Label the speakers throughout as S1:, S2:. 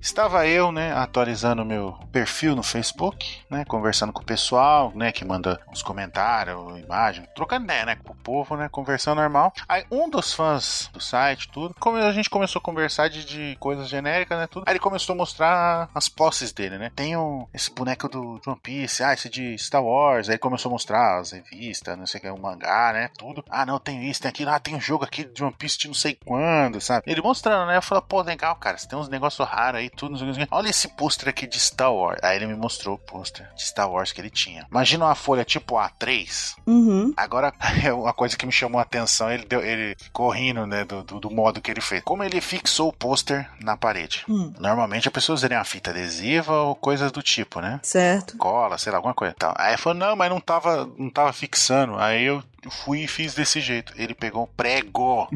S1: Estava eu, né, atualizando meu perfil no Facebook, né, conversando com o pessoal, né, que manda uns comentários, imagem, trocando ideia, né, com o povo, né, conversando normal. Aí um dos fãs do site, tudo, como a gente começou a conversar de, de coisas genéricas, né, tudo. Aí ele começou a mostrar as posses dele, né. Tem um, esse boneco do One Piece, ah, esse de Star Wars, aí começou a mostrar as revistas, não sei o que, o mangá, né, tudo. Ah, não, tem isso, tem aquilo, ah, tem um jogo aqui de One Piece de não sei quando, sabe. Ele mostrando, né, eu falei, pô, legal, cara, você tem uns negócios raros aí, tudo, não sei o que. Olha esse pôster aqui de Star Wars. Aí ele me mostrou o pôster de Star Wars que ele tinha. Imagina uma folha tipo A3.
S2: Uhum.
S1: Agora, é uma coisa que me chamou a atenção, ele, deu, ele ficou rindo, né, do, do, do modo que ele fez. Como ele fixou o pôster na parede.
S2: Hum.
S1: Normalmente as pessoas usariam uma fita adesiva ou coisas do tipo, né?
S2: Certo.
S1: Cola, sei lá, alguma coisa e tal. Aí ele falou, não, mas não tava, não tava fixando. Aí eu fui e fiz desse jeito. Ele pegou um prego,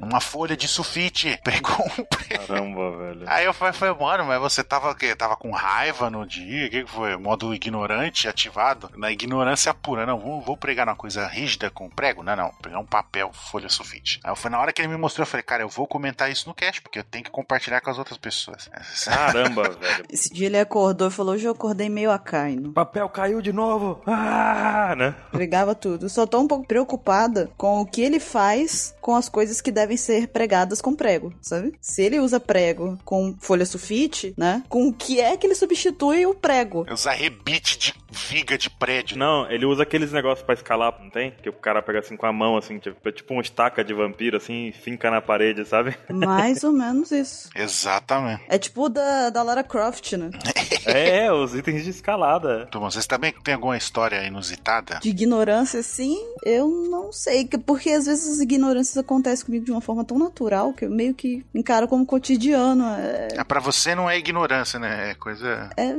S1: uma folha de sulfite, pegou um prego.
S3: Caramba, velho.
S1: Aí eu falei, falei, mano, mas você tava o quê? Tava com raiva no dia? O que que foi? Modo ignorante ativado? Na ignorância pura. Não, vou, vou pregar uma coisa rígida com prego? Não, não. Pregar um papel, folha sulfite. Aí foi na hora que ele me mostrou, eu falei, cara, eu vou comentar isso no cast, porque eu tenho que compartilhar com as outras pessoas.
S3: Caramba, velho.
S2: Esse dia ele acordou e falou: hoje eu acordei meio acaino.
S3: Papel caiu de novo. Ah, né?
S2: Pregava tudo. Só tô um pouco preocupada com o que ele faz com as coisas que devem ser pregadas com prego, sabe? Se ele usa prego com folha sulfite, né? Com o que é que ele substitui o prego?
S1: Usar rebite de viga de prédio.
S3: Não, ele usa aqueles negócios pra escalar, não tem? Que o cara pega assim com a mão, assim, tipo, tipo uma estaca de vampiro, assim, e finca na parede, sabe?
S2: Mais ou menos isso.
S1: Exatamente.
S2: É tipo o da, da Lara Croft, né?
S3: É, os itens de escalada.
S1: Turma, vocês também têm alguma história inusitada?
S2: De ignorância, assim, eu não sei. que- Porque às vezes as ignorâncias acontecem comigo de uma forma tão natural que eu meio que encaro como cotidiano. É,
S1: É, pra você não é ignorância, né? É coisa.
S2: é,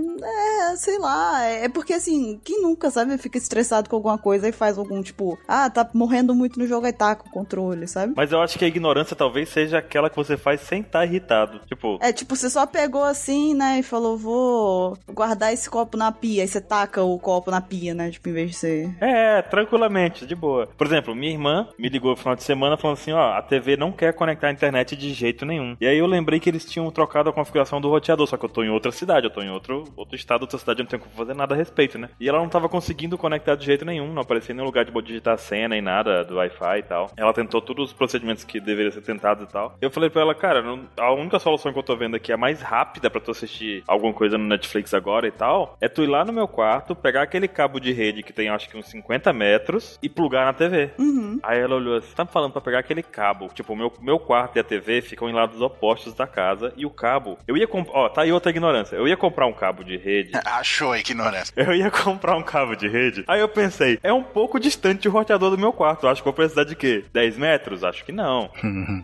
S2: sei lá. É porque assim, quem nunca, sabe, fica estressado com alguma coisa e faz algum tipo, ah, tá morrendo muito no jogo e taca o controle, sabe?
S3: Mas eu acho que a ignorância talvez seja aquela que você faz sem estar irritado. Tipo,
S2: É tipo, você só pegou assim, né, e falou, vou guardar esse copo na pia. Aí você taca o copo na pia, né, tipo, em vez de ser.
S3: É, tranquilamente, de boa. Por exemplo, minha irmã me ligou no final de semana falando assim, ó, a TV não quer conectar a internet de jeito nenhum. E aí eu lembrei que eles tinham trocado a configuração do roteador, só que eu tô em outra cidade, eu tô em outro, outro estado, outra cidade, eu não tenho como fazer nada a respeito, né? E ela não tava conseguindo conectar de jeito nenhum, não aparecia em nenhum lugar de bo- tipo, digitar senha nem nada do Wi-Fi e tal. Ela tentou todos os procedimentos que deveriam ser tentados e tal. Eu falei pra ela, cara, não- a única solução que eu tô vendo aqui, a mais rápida pra tu assistir alguma coisa no Netflix agora e tal, é tu ir lá no meu quarto, pegar aquele cabo de rede que tem acho que uns 50 metros e plugar na TV.
S2: Uhum.
S3: Aí ela olhou assim, tá me falando pra pegar aquele cabo. Tipo, o meu, meu quarto e a TV ficam em lados opostos da casa. E o cabo. Eu ia comprar. Ó, tá aí outra ignorância. Eu ia comprar um cabo de rede.
S1: Achou a ignorância.
S3: Eu ia comprar um cabo de rede. Aí eu pensei, é um pouco distante o roteador do meu quarto. Acho que eu vou precisar de quê? 10 metros? Acho que não.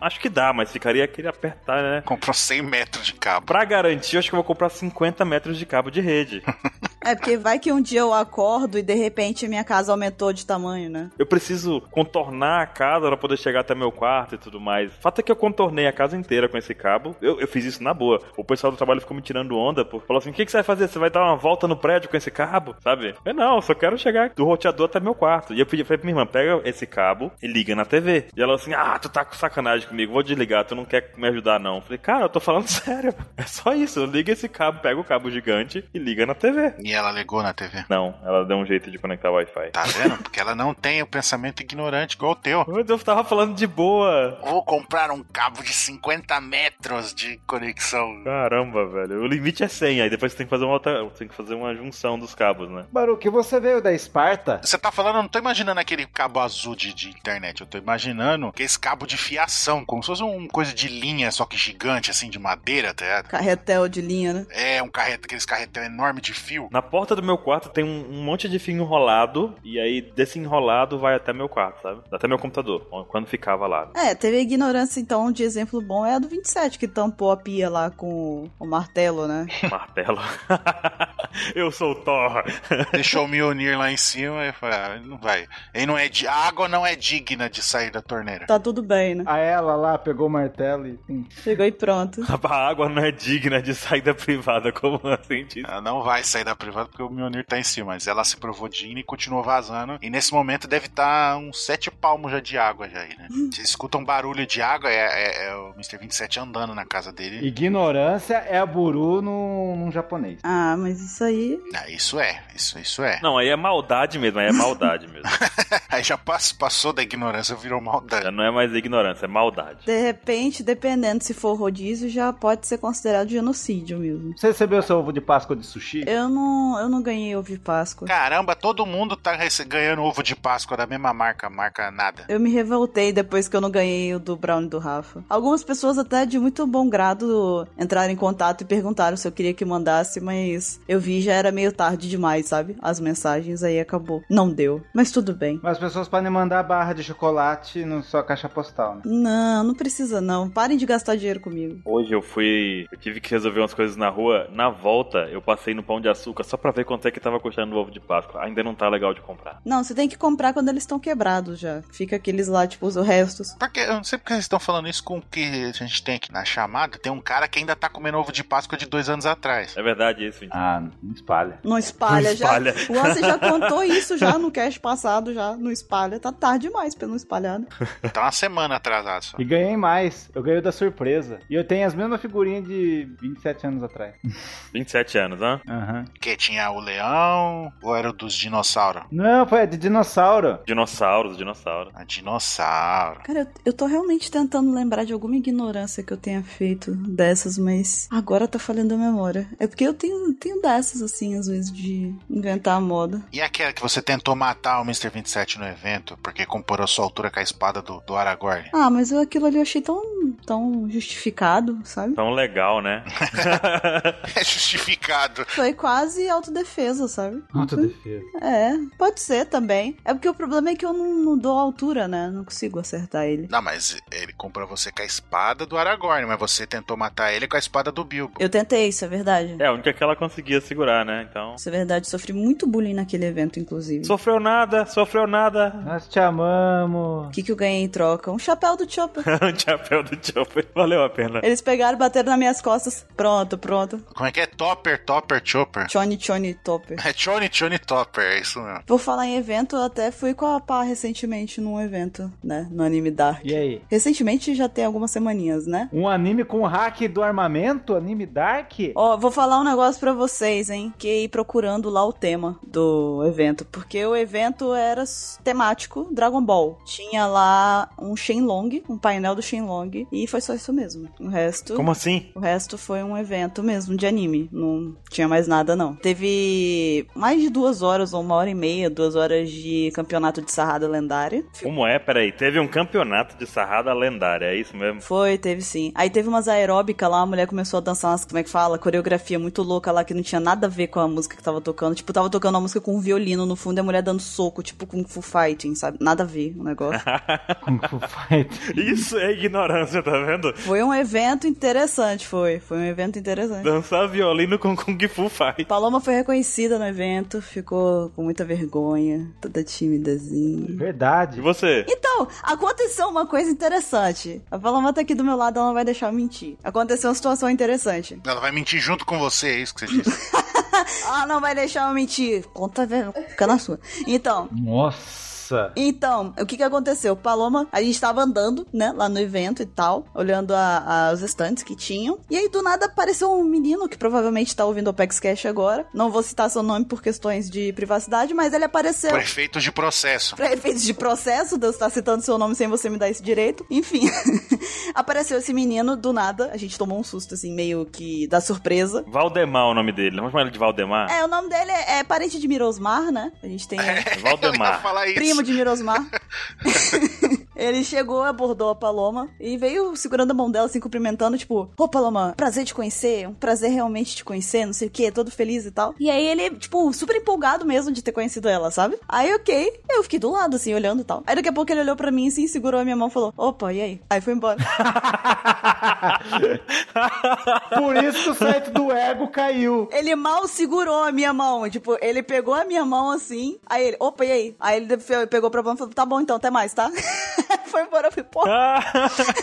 S3: Acho que dá, mas ficaria aquele apertar, né?
S1: Comprou 100 metros de cabo.
S3: Pra garantir, eu acho que eu vou comprar 50 metros de cabo de rede.
S2: É porque vai que um dia eu acordo e de repente a minha casa aumentou de tamanho, né?
S3: Eu preciso contornar a casa pra poder chegar até meu quarto e tudo mais. O fato é que eu contornei a casa inteira com esse cabo. Eu, eu fiz isso na boa. O pessoal do trabalho ficou me tirando onda. Por, falou assim: o que, que você vai fazer? Você vai dar uma volta no prédio com esse cabo? Sabe? Eu não, eu só quero chegar do roteador até meu quarto. E eu pedi falei pra minha irmã: pega esse cabo e liga na TV. E ela assim: ah, tu tá com sacanagem comigo, vou desligar, tu não quer me ajudar não. Eu falei: cara, eu tô falando sério. É só isso. Liga esse cabo, pega o cabo gigante e liga na TV.
S1: E ela ligou na TV.
S3: Não, ela deu um jeito de conectar o Wi-Fi.
S1: Tá vendo? Porque ela não tem o pensamento ignorante igual o teu.
S3: Meu Deus, eu tava falando de boa.
S1: Vou comprar um cabo de 50 metros de conexão.
S3: Caramba, velho. O limite é 100, aí depois você tem que fazer uma outra, tem que fazer uma junção dos cabos, né?
S4: Baruque, você veio da Esparta?
S1: Você tá falando, eu não tô imaginando aquele cabo azul de, de internet, eu tô imaginando que é esse cabo de fiação, como se fosse uma coisa de linha, só que gigante, assim, de madeira, tá ligado?
S2: Carretel de linha, né?
S1: É, um carretel, aqueles carretel enorme de fio.
S3: Na porta do meu quarto tem um, um monte de fio enrolado e aí desse enrolado vai até meu quarto, sabe? Até meu computador, quando ficava lá.
S2: É, teve ignorância, então, de exemplo bom é a do 27, que tampou a pia lá com o martelo, né?
S3: Martelo. Eu sou o Thor.
S1: Deixou o Mionir lá em cima e falou: ah, não vai. Ele não é di- a água não é digna de sair da torneira.
S2: Tá tudo bem, né?
S4: A ela lá pegou o martelo e. hum,
S2: Chegou e pronto.
S3: A água não é digna de saída privada, como a cientista.
S1: Ela não vai sair da privada porque o Mionir tá em cima, mas ela se provou digna e continuou vazando. E nesse momento deve estar uns sete palmos já de água já aí, né? Vocês escutam um barulho de água, é, é- é o Mr. 27 andando na casa dele.
S4: Ignorância é buru num, num japonês.
S2: Ah, mas isso aí.
S1: Ah, isso é, isso, isso é.
S3: Não, aí é maldade mesmo, aí é maldade mesmo.
S1: Aí já pass- passou da ignorância, virou maldade.
S3: Já não é mais ignorância, é maldade.
S2: De repente, dependendo se for rodízio, já pode ser considerado genocídio mesmo.
S4: Você recebeu seu ovo de Páscoa de sushi?
S2: Eu não, eu não ganhei ovo de Páscoa.
S1: Caramba, todo mundo tá rece- ganhando ovo de Páscoa da mesma marca, marca nada.
S2: Eu me revoltei depois que eu não ganhei o do Brownie do Rafa. Algumas pessoas até de muito bom grado entraram em contato e perguntaram se eu queria que mandasse, mas eu vi já era meio tarde demais, sabe? As mensagens aí acabou. Não deu. Mas tudo bem.
S4: Mas as pessoas podem mandar barra de chocolate na sua caixa postal, né?
S2: Não, não precisa não. Parem de gastar dinheiro comigo.
S3: Hoje eu fui. Eu tive que resolver umas coisas na rua. Na volta, eu passei no pão de açúcar só pra ver quanto é que tava custando o ovo de Páscoa. Ainda não tá legal de comprar.
S2: Não, você tem que comprar quando eles estão quebrados já. Fica aqueles lá, tipo, os restos.
S1: Porque, eu não sei porque vocês estão falando isso com o que a gente tem aqui na chamada. Tem um cara que ainda tá comendo ovo de Páscoa de dois anos atrás.
S3: É verdade isso, gente.
S4: Ah, não espalha.
S2: Não espalha,
S3: Não espalha.
S2: já. O Ansem já contou isso já no cast passado, já. Não espalha. Tá tarde demais pra não espalhar, né?
S1: Tá uma semana atrasado só.
S4: E ganhei mais. Eu ganhei o da surpresa. E eu tenho as mesmas figurinhas de 27 anos atrás.
S3: 27 anos, hã?
S4: Aham.
S1: Porque tinha o leão, ou era o dos dinossauros?
S4: Não, foi a de dinossauro.
S3: Dinossauros, dinossauros.
S1: A dinossauro.
S2: Cara, eu, eu tô realmente tentando lembrar de alguma ignorância que eu tenha feito dessas, mas agora tá falhando a memória. É porque eu tenho, tenho dessas, assim, às vezes, de inventar a moda.
S1: E aquela que você tentou matar o Mr. 27 no evento, porque comparou sua altura com a espada do, do Aragorn?
S2: Ah, mas eu, aquilo ali eu achei tão, tão justificado, sabe?
S3: Tão legal, né?
S1: É justificado.
S2: Foi quase autodefesa, sabe?
S4: Autodefesa.
S2: É, pode ser também. É porque o problema é que eu não, não dou altura, né? Não consigo acertar ele.
S1: Não, mas ele comprou você com a espada do Aragorn, mas você tentou matar ele com a espada do Bilbo.
S2: Eu tentei, isso é verdade.
S3: é, a única que ela conseguia segurar, né? Então.
S2: Isso é verdade, sofri muito bullying naquele evento, inclusive.
S3: Sofreu nada, sofreu nada.
S4: Nós te amamos.
S2: O que, que eu ganhei em troca? Um chapéu do Chopper.
S3: o chapéu do Chopper. Valeu a pena.
S2: Eles pegaram e bateram nas minhas costas. Pronto, pronto.
S1: Como é que é? Topper, Topper, Chopper.
S2: Chone, chone, topper.
S1: É Chone, Chone, Topper, é isso mesmo.
S2: Vou falar em evento, eu até fui com a pá recentemente num evento, né? No Anime Dark.
S4: E aí?
S2: Recentemente já tem algumas semaninhas, né?
S4: Um anime com hack do armamento? Anime Dark?
S2: Ó, vou falar um negócio pra vocês, hein? Fiquei procurando lá o tema do evento. Porque o evento era s- temático Dragon Ball. Tinha lá um Shenlong, um painel do Shenlong. E foi só isso mesmo. O resto.
S3: Como assim?
S2: O resto foi um evento mesmo de anime. Não tinha mais nada, não. Teve mais de duas horas, ou uma hora e meia, duas horas de campeonato de sarrada lendária.
S3: Como é? Peraí, teve um campeonato de sarrada lendária, é isso mesmo?
S2: Foi, teve sim. Aí teve umas aeróbica lá, a mulher começou a dançar umas, como é que fala? Coreografia muito louca lá que não tinha nada a ver com a música que tava tocando. Tipo, tava tocando uma música com um violino no fundo e a mulher dando soco, tipo com Full Fighting, sabe? Nada a ver o negócio.
S4: Kung Fu Fighter.
S3: Isso é ignorância, tá vendo?
S2: foi um evento interessante, foi. Foi um evento interessante.
S3: Dançar violino com Kung Fu Fight.
S2: Paloma foi reconhecida no evento, ficou com muita vergonha, toda timidazinha.
S3: E
S4: Verdade.
S3: você?
S2: Então, aconteceu uma coisa interessante. A Paloma tá aqui do meu lado, ela não vai deixar eu mentir. Aconteceu uma situação interessante.
S1: Ela vai mentir junto com você, é isso que você disse.
S2: Ela não vai deixar eu mentir. Conta, velho, fica na sua. Então,
S4: Nossa.
S2: Então, o que que aconteceu? Paloma, a gente tava andando, né, lá no evento e tal, olhando a- as estantes que tinham. E aí, do nada, apareceu um menino que provavelmente tá ouvindo o Opex Cash agora. Não vou citar seu nome por questões de privacidade, mas ele apareceu.
S1: Por efeitos de processo.
S2: Pra efeitos de processo, Deus tá citando seu nome sem você me dar esse direito. Enfim, apareceu esse menino do nada. A gente tomou um susto, assim, meio que da surpresa.
S3: Valdemar é o nome dele. Vamos chamar ele de Valdemar?
S2: É, o nome dele é, é parente de Mirosmar, né? A gente tem.
S3: Valdemar.
S1: falar isso.
S2: primo de Mirosmar. Ele chegou, abordou a Paloma e veio segurando a mão dela, assim, cumprimentando, tipo, ô Paloma, prazer te conhecer, um prazer realmente te conhecer, não sei o que, todo feliz e tal. E aí ele, tipo, super empolgado mesmo de ter conhecido ela, sabe? Aí, ok, eu fiquei do lado, assim, olhando e tal. Aí daqui a pouco ele olhou pra mim, assim, segurou a minha mão e falou, opa, e aí? Aí foi embora.
S4: Por isso que o site do ego caiu.
S2: Ele mal segurou a minha mão. Tipo, ele pegou a minha mão assim. Aí ele, opa, e aí? Aí ele fe- pegou pra mão e falou: tá bom então, até mais, tá? Foi embora, eu falei, pô.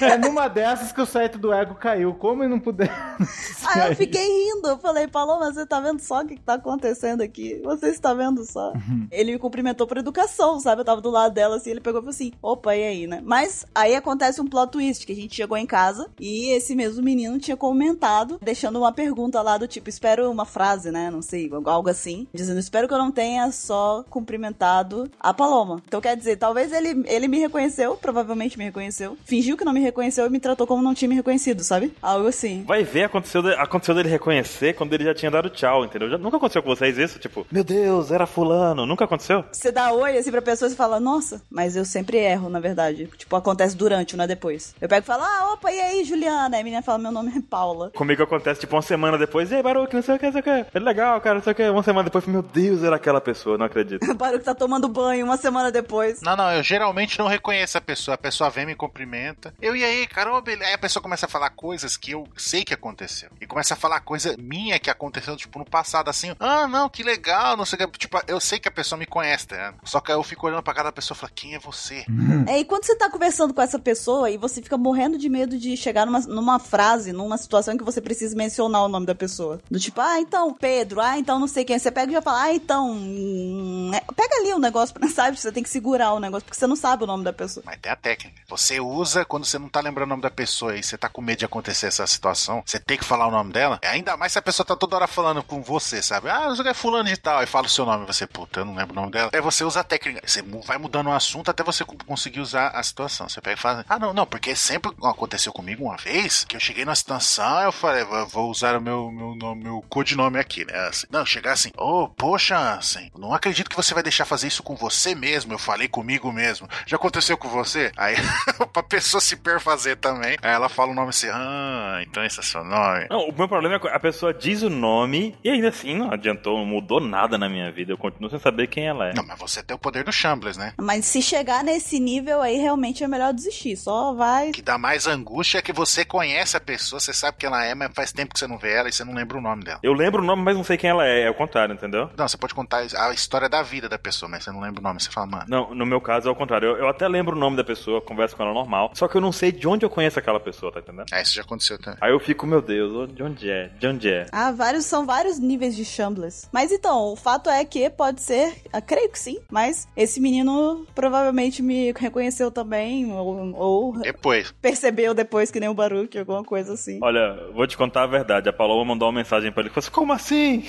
S4: É numa dessas que o site do ego caiu. Como eu não puder.
S2: Aí Ah, eu fiquei rindo. Eu falei, Paloma, você tá vendo só o que que tá acontecendo aqui? Você está vendo só. Ele me cumprimentou por educação, sabe? Eu tava do lado dela assim. Ele pegou e falou assim: opa, e aí, né? Mas aí acontece um plot twist: que a gente chegou em casa e esse mesmo menino tinha comentado, deixando uma pergunta lá do tipo: espero uma frase, né? Não sei, algo assim. Dizendo: espero que eu não tenha só cumprimentado a Paloma. Então quer dizer, talvez ele, ele me reconheceu, provavelmente me reconheceu, fingiu que não me reconheceu e me tratou como não tinha me reconhecido, sabe? Algo assim.
S3: Vai ver, aconteceu, de- aconteceu dele reconhecer quando ele já tinha dado tchau, entendeu? Já, nunca aconteceu com vocês isso? Tipo, meu Deus, era fulano. Nunca aconteceu?
S2: Você dá oi assim pra pessoa e fala, nossa, mas eu sempre erro, na verdade. Tipo, acontece durante, não é depois. Eu pego e falo, ah, opa, e aí, Juliana? Aí a menina fala, meu nome é Paula.
S3: Comigo acontece, tipo, uma semana depois, e aí, Baruque, não sei o que, não sei o que. É legal, cara, não sei o que. Uma semana depois, meu Deus, era aquela pessoa, não acredito.
S2: Baruco tá tomando banho uma semana depois.
S1: Não, não, eu geralmente não reconheço a pessoa. A pessoa vem, me cumprimenta. Eu, e aí, caramba, ele- aí a pessoa começa a falar coisas que eu sei que aconteceu. E começa a falar coisa minha que aconteceu, tipo, no passado, assim. Ah, não, que legal, não sei o que. Tipo, eu sei que a pessoa me conhece, tá ligado? Só que eu fico olhando pra cada pessoa e falo, quem é você?
S2: É, e quando você tá conversando com essa pessoa e você fica morrendo de medo de chegar numa, numa frase, numa situação que você precisa mencionar o nome da pessoa. Do tipo, ah, então, Pedro, ah, então não sei quem. Você pega e já fala, ah, então. hum, é." pega ali o negócio, sabe? Você tem que segurar o negócio, porque você não sabe o nome da pessoa.
S1: Mas tem a técnica. Você usa quando você não tá lembrando o nome da pessoa e você tá com medo de acontecer essa situação. Você tem que falar o nome dela. É Ainda mais se a pessoa tá toda hora falando com você, sabe? Ah, eu sou fulano de tal. Aí fala o seu nome. Você, puta, eu não lembro o nome dela. Aí você usa a técnica. Você mu- vai mudando o assunto até você co- conseguir usar a situação. Você pega e fala, ah, não, não, porque sempre aconteceu comigo uma vez que eu cheguei na situação, eu falei, "Vou- vou usar o meu, meu, nome- meu codinome aqui, né? Assim, não, chegar assim, oh, poxa, assim, não acredito que você vai deixar fazer isso com você mesmo. Eu falei comigo mesmo. Já aconteceu com você? Aí, pra pessoa se perfazer também, aí ela fala o nome assim, ah, então esse é seu nome.
S3: Não, o meu problema é que a pessoa diz o nome e ainda assim não adiantou, não mudou nada na minha vida. Eu continuo sem saber quem ela é.
S1: Não, mas você tem o poder do Shambles, né?
S2: Mas se chegar nesse nível aí, realmente é melhor desistir. Só vai.
S1: O que dá mais angústia é que você conhece a pessoa, você sabe quem ela é, mas faz tempo que você não vê ela e você não lembra o nome dela.
S3: Eu lembro o nome, mas não sei quem ela é. É o contrário, entendeu?
S1: Não, você pode contar a história da vida da pessoa, mas você não lembra o nome. Você fala, mano,
S3: Não, no meu caso é o contrário. Eu, eu até lembro o nome da pessoa, converso com ela normal, só que eu não sei de onde eu conheço aquela pessoa, tá entendendo?
S1: ah, isso já aconteceu também.
S3: Aí eu fico, meu Deus, de onde é? De onde é?
S2: Ah, vários são vários níveis de shambles. Mas então, o fato é que pode ser, ah, creio que sim, mas esse menino provavelmente me reconheceu também, ou, ou
S1: Depois.
S2: percebeu depois que nem o Baruque, alguma coisa assim.
S3: Olha, vou te contar a verdade. A Paloma mandou uma mensagem pra ele. Falou assim, como assim?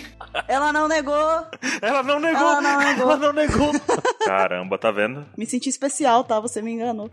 S2: Ela não negou!
S3: Ela não negou!
S2: Ela não negou.
S3: Ela não negou. Caramba, tá vendo?
S2: Me senti especial, tá? Você me enganou.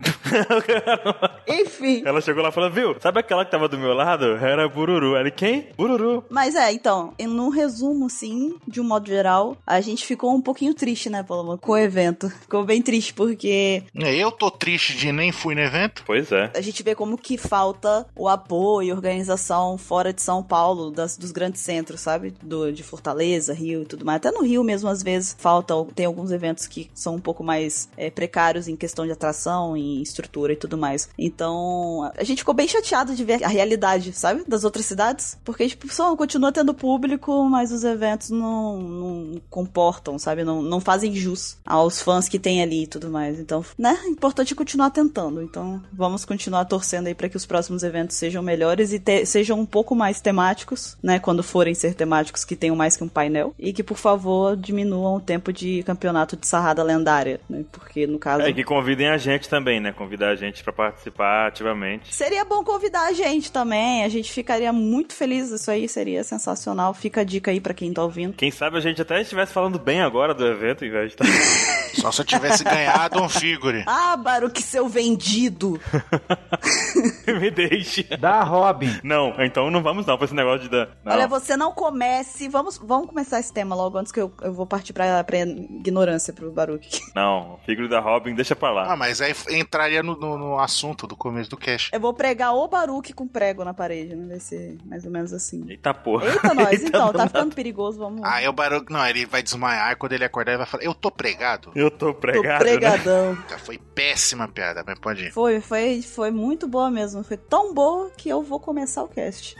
S2: Enfim.
S3: Ela chegou lá e falou, viu? Sabe aquela que tava do meu lado? Era Bururu. Era quem? Bururu.
S2: Mas é, então, em num resumo, sim, de um modo geral, a gente ficou um pouquinho triste, né, Paloma, com o evento. Ficou bem triste, porque
S1: Eu tô triste de nem fui no evento.
S3: Pois é.
S2: a gente vê como que falta o apoio e organização fora de São Paulo, das, dos grandes centros, sabe? Do, de Fortaleza, Rio e tudo mais. Até no Rio mesmo, às vezes, falta. Tem alguns eventos que são um pouco mais é, precários em questão de atração, em estrutura e tudo mais. Então, a gente ficou bem chateado de ver a realidade, sabe? Das outras cidades. Porque, tipo, só continua tendo público, mas os eventos não, não comportam, sabe? Não, não fazem jus aos fãs que tem ali e tudo mais. Então, né? É importante continuar tentando. Então, vamos continuar torcendo aí pra que os próximos eventos sejam melhores e te- sejam um pouco mais temáticos, né? Quando forem ser temáticos, que tenham mais que um painel. E que, por favor, diminuam o tempo de campeonato de sarrada lendária, né? Porque, no caso.
S3: É, e que convidem a gente também, né? Convidar a gente pra participar ativamente.
S2: Seria bom convidar a gente também, a gente ficaria muito feliz, isso aí seria sensacional. Fica a dica aí pra quem tá ouvindo.
S3: Quem sabe a gente até estivesse falando bem agora do evento, em vez de estar...
S1: Só se eu tivesse ganhado um figure.
S2: Ah, Baruque, seu vendido!
S3: Me deixe.
S4: Da Robin.
S3: Não, então não vamos não pra esse negócio de dar. Não.
S2: Olha, você não comece. Vamos, vamos começar esse tema logo antes que eu, eu vou partir pra, pra ignorância pro Baruque.
S3: Não, figura da Robin, deixa pra lá.
S1: Ah, mas aí entraria no, no- no assunto do começo do cast.
S2: Eu vou pregar o Baruque com prego na parede, né? Vai ser mais ou menos assim.
S3: Eita porra.
S2: Eita, nós,
S3: Eita,
S2: então, tá
S3: danado.
S2: ficando perigoso, vamos lá.
S1: Aí o barulho. Não, ele vai desmaiar. e Quando ele acordar, ele vai falar: Eu tô pregado.
S3: Eu tô
S2: Tô
S3: pregado. Né?
S2: pregadão.
S1: Puta, Foi péssima a piada, mas pode ir.
S2: Foi, foi, foi muito boa mesmo. Foi tão boa que eu vou começar o cast.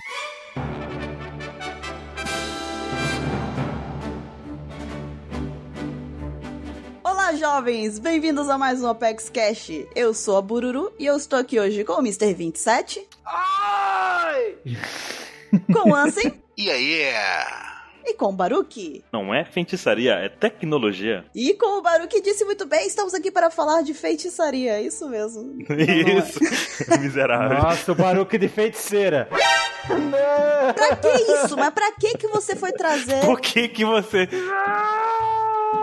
S2: Olá, jovens! Bem-vindos a mais um Apex Cash. Eu sou a Bururu e eu estou aqui hoje com o Mr. 27,
S4: Ai!
S2: com o Ansem
S1: E aí, é.
S2: e com o Baruki.
S3: Não é feitiçaria, é tecnologia.
S2: E como o Baruki disse muito bem, estamos aqui para falar de feitiçaria, é isso mesmo. Não, não é.
S3: Isso. Miserável.
S4: Nossa, o Baruque de feiticeira. Não!
S2: Pra que isso? Mas pra que que você foi trazer?
S3: Por que que você...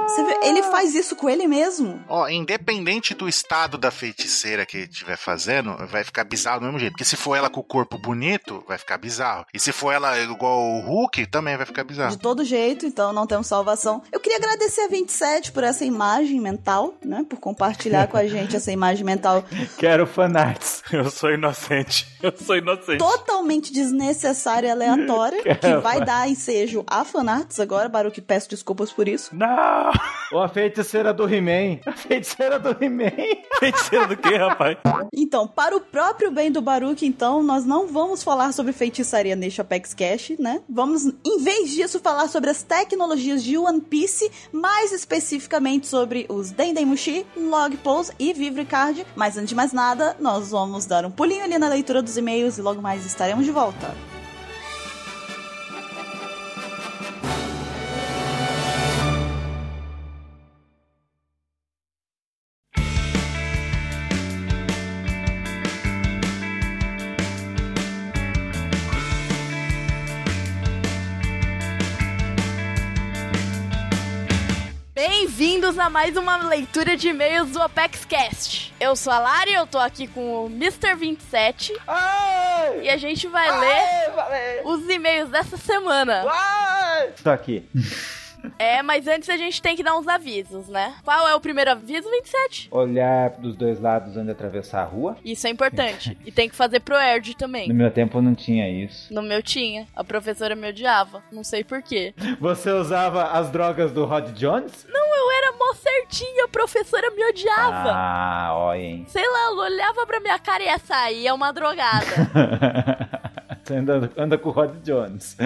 S2: Você vê, ele faz isso com ele mesmo.
S1: Ó, independente do estado da feiticeira que estiver fazendo, vai ficar bizarro do mesmo jeito. Porque se for ela com o corpo bonito, vai ficar bizarro. E se for ela igual o Hulk, também vai ficar bizarro.
S2: De todo jeito, então não temos salvação. Eu queria agradecer a 27 por essa imagem mental, né? Por compartilhar com a gente essa imagem mental
S4: Quero fanarts.
S3: Eu sou inocente. Eu sou inocente.
S2: totalmente desnecessária e aleatória, que vai dar ensejo a fanarts agora. Baruque, peço desculpas por isso.
S3: Não!
S4: Ou a feiticeira do He-Man. A feiticeira do He-Man.
S3: Feiticeira do que, rapaz?
S2: Então, para o próprio bem do Baruque, então, nós não vamos falar sobre feitiçaria neste Apex Cash, né? Vamos, em vez disso, falar sobre as tecnologias de One Piece, mais especificamente sobre os Dendemushi, Log Pose e Vivre Card. Mas antes de mais nada, nós vamos dar um pulinho ali na leitura dos e-mails e logo mais estaremos de volta.
S5: Bem-vindos a mais uma leitura de e-mails do ApexCast. Eu sou a Lara e eu tô aqui com o Mr. 27
S4: Ai!
S5: e a gente vai ler os e-mails dessa semana.
S4: Tô aqui.
S5: É, mas antes a gente tem que dar uns avisos, né? Qual é o primeiro aviso, 27?
S4: Olhar dos dois lados onde atravessar a rua.
S5: Isso é importante. E tem que fazer pro Erd
S4: No
S5: também.
S4: meu tempo não tinha isso.
S5: No meu tinha. A professora me odiava. Não sei porquê.
S4: Você usava as drogas do Rod Jones?
S5: Não, eu era mó certinha, a professora me odiava.
S4: Ah, olha, hein.
S5: Sei lá, ela olhava pra minha cara e essa aí é uma drogada.
S4: Você anda, anda com o Rod Jones.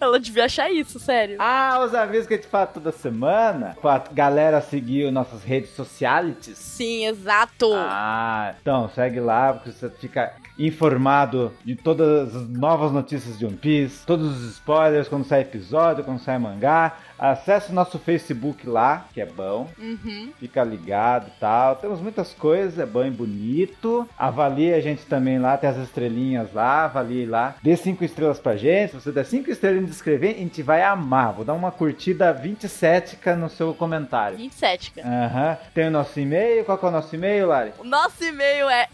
S5: ela devia achar isso, sério.
S4: Ah, os avisos que a gente fala toda semana. Pra galera seguir nossas redes sociais.
S5: Sim, exato.
S4: Ah, então segue lá, porque você fica informado de todas as novas notícias de One Piece, todos os spoilers, quando sai episódio, quando sai mangá. Acesse o nosso Facebook lá, que é bom.
S5: Uhum.
S4: Fica ligado e tal. Temos muitas coisas, é bom e bonito. Avalie a gente também lá, tem as estrelinhas lá, avalie lá. Dê cinco estrelas pra gente. Se você der cinco estrelas e nos escrever, a gente vai amar. Vou dar uma curtida 27 no seu comentário.
S5: 27, cara.
S4: Aham. Tem o nosso e-mail. Qual que é o nosso e-mail, Lari?
S5: O nosso e-mail é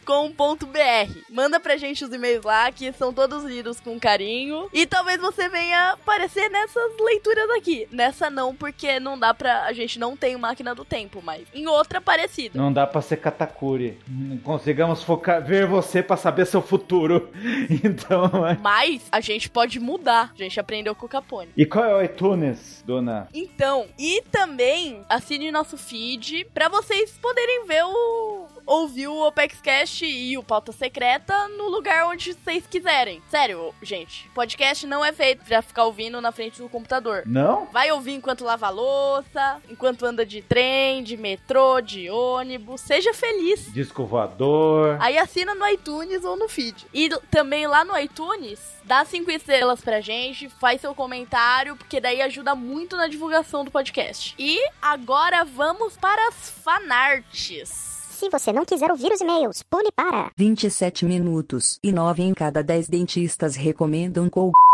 S5: contatos@onepicex.com.br. Manda pra gente os e-mails lá, que são todos lidos com carinho. E talvez você venha aparecer nessas leituras aqui. Nessa não, porque não dá pra... A gente não tem máquina do tempo, mas em outra parecida.
S4: Não dá pra ser Katakuri. Não Consigamos focar, ver você pra saber seu futuro. Então. é.
S5: Mas a gente pode mudar. A gente aprendeu com o Capone.
S4: E qual é o iTunes, dona?
S5: Então, e também assine nosso feed pra vocês poderem ver o. ouvir o OpexCast e o Pauta Secreta no lugar onde vocês quiserem. Sério, gente, podcast não é feito pra ficar ouvindo na frente do computador.
S4: Não?
S5: Vai ouvir enquanto lava a louça, enquanto anda de trem, de metrô, de ônibus. Seja feliz.
S4: Disco voador.
S5: Aí assina no iTunes ou no feed. E l- também lá no iTunes, dá cinco estrelas pra gente, faz seu comentário, porque daí ajuda muito na divulgação do podcast. E agora vamos para as fanarts.
S6: Se você não quiser ouvir os e-mails, pule para.
S7: 27 minutos e 9 em cada 10 dentistas recomendam Colgate.
S4: fanart.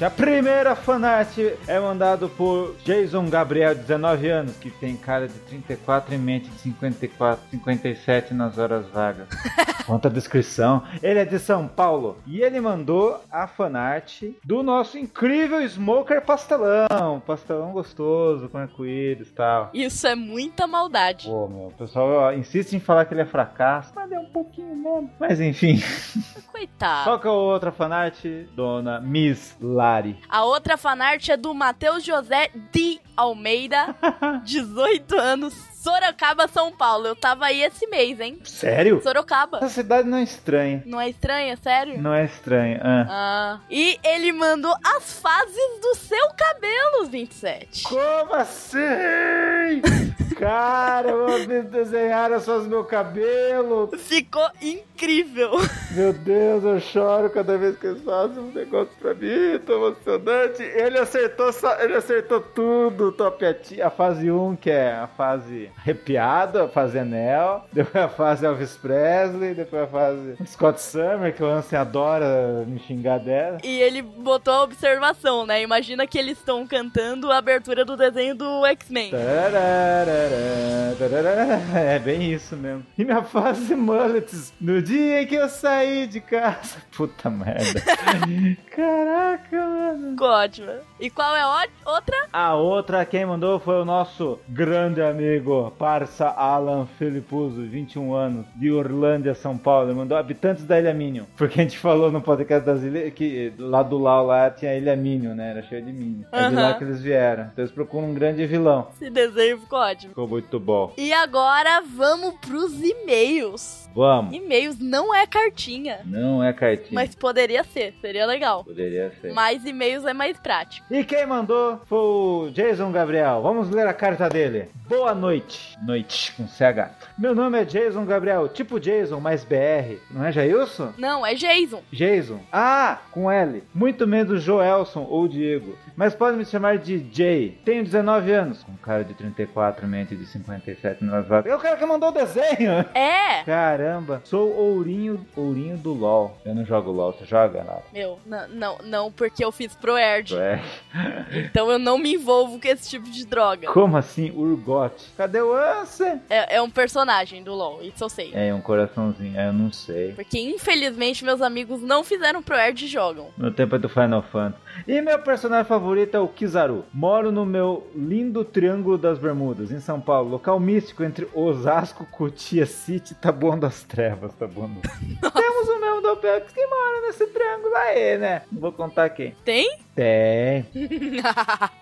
S4: A primeira fanart é mandada por Jason Gabriel, 19 anos, que tem cara de 34 e mente de 54, 57 nas horas vagas. Conta a descrição. Ele é de São Paulo. E ele mandou a fanart do nosso incrível Smoker Pastelão. Pastelão gostoso, com arco-íris e tal.
S5: Isso é muita maldade.
S4: Pô, meu, o pessoal ó, insiste em falar que ele é fracasso, mas é um pouquinho mesmo. Mas enfim.
S5: Coitado.
S4: Qual que é a outra fanart? Dona Miss Lari.
S5: A outra fanart é do Matheus José de Almeida, 18 anos, Sorocaba, São Paulo. Eu tava aí esse mês, hein?
S4: Sério?
S5: Sorocaba.
S4: Essa cidade não é estranha.
S5: Não é estranha, sério?
S4: Não é estranha. Ah.
S5: Ah, e ele mandou as fases do seu cabelo, 27.
S4: Como assim? Cara, vocês desenharam as suas meu cabelo.
S5: Ficou incrível.
S4: Meu Deus, eu choro cada vez que eles fazem um negócio pra mim. Tô emocionante. Ele acertou, só- ele acertou tudo. Topiati. A fase 1, que é a fase arrepiada, a fase Enel. Depois a fase Elvis Presley. Depois a fase Scott Summer, que o Ansem adora me xingar dela.
S5: E ele botou a observação, né? Imagina que eles estão cantando a abertura do desenho do X-Men.
S4: Tá. Tararara, tararara. É bem isso mesmo. E minha fase mullets no dia em que eu saí de casa. Puta merda. Caraca, mano.
S5: Ficou ótima. E qual é a ó- outra?
S4: A outra quem mandou foi o nosso grande amigo, parça Alan Filipuzzo, 21 anos, de Orlândia, São Paulo. Ele mandou habitantes da Ilha Minion. Porque a gente falou no podcast das ilhas que lá do Lau lá tinha a Ilha Minion, né? Era cheio de Minion. É de lá
S5: Aham.
S4: que eles vieram. Então eles procuram um grande vilão.
S5: Esse desenho ficou ótimo.
S4: Ficou muito bom.
S5: E agora vamos pros e-mails.
S4: Vamos.
S5: E-mails não é cartinha,
S4: Não é cartinha.
S5: mas poderia ser, seria legal.
S4: Poderia ser.
S5: Mas e-mails é mais prático.
S4: E quem mandou foi o Jason Gabriel. Vamos ler a carta dele. Boa noite. Noite, com CH. Meu nome é Jason Gabriel, tipo Jason, mas BR. Não é Jailson?
S5: Não, é Jason.
S4: Jason. Ah, com L. Muito menos Joelson ou Diego. Mas pode me chamar de Jay. Tenho 19 anos. Com cara de 34, mente de 57 nas vagas. É o cara que mandou o desenho.
S5: É!
S4: Caramba. Sou ourinho, ourinho do LOL. Eu não jogo LOL. Você joga, Lara?
S5: Meu, n- não, não, porque eu fiz pro Erd.
S4: É.
S5: Então eu não me envolvo com esse tipo de droga.
S4: Como assim, Urgot? Cadê o Ansem?
S5: É, é um personagem do LoL, isso eu sei.
S4: É, um coraçãozinho, é, eu não sei.
S5: Porque infelizmente meus amigos não fizeram pro Erd e jogam.
S4: No tempo é do Final Fantasy. E meu personagem favorito é o Kizaru. Moro no meu lindo Triângulo das Bermudas, em São Paulo, local místico entre Osasco, Cotia City e Taboão das Trevas. Taboão das... Temos o mesmo do Apex que mora nesse triângulo aí, né? Não vou contar quem.
S5: Tem?
S4: Tem,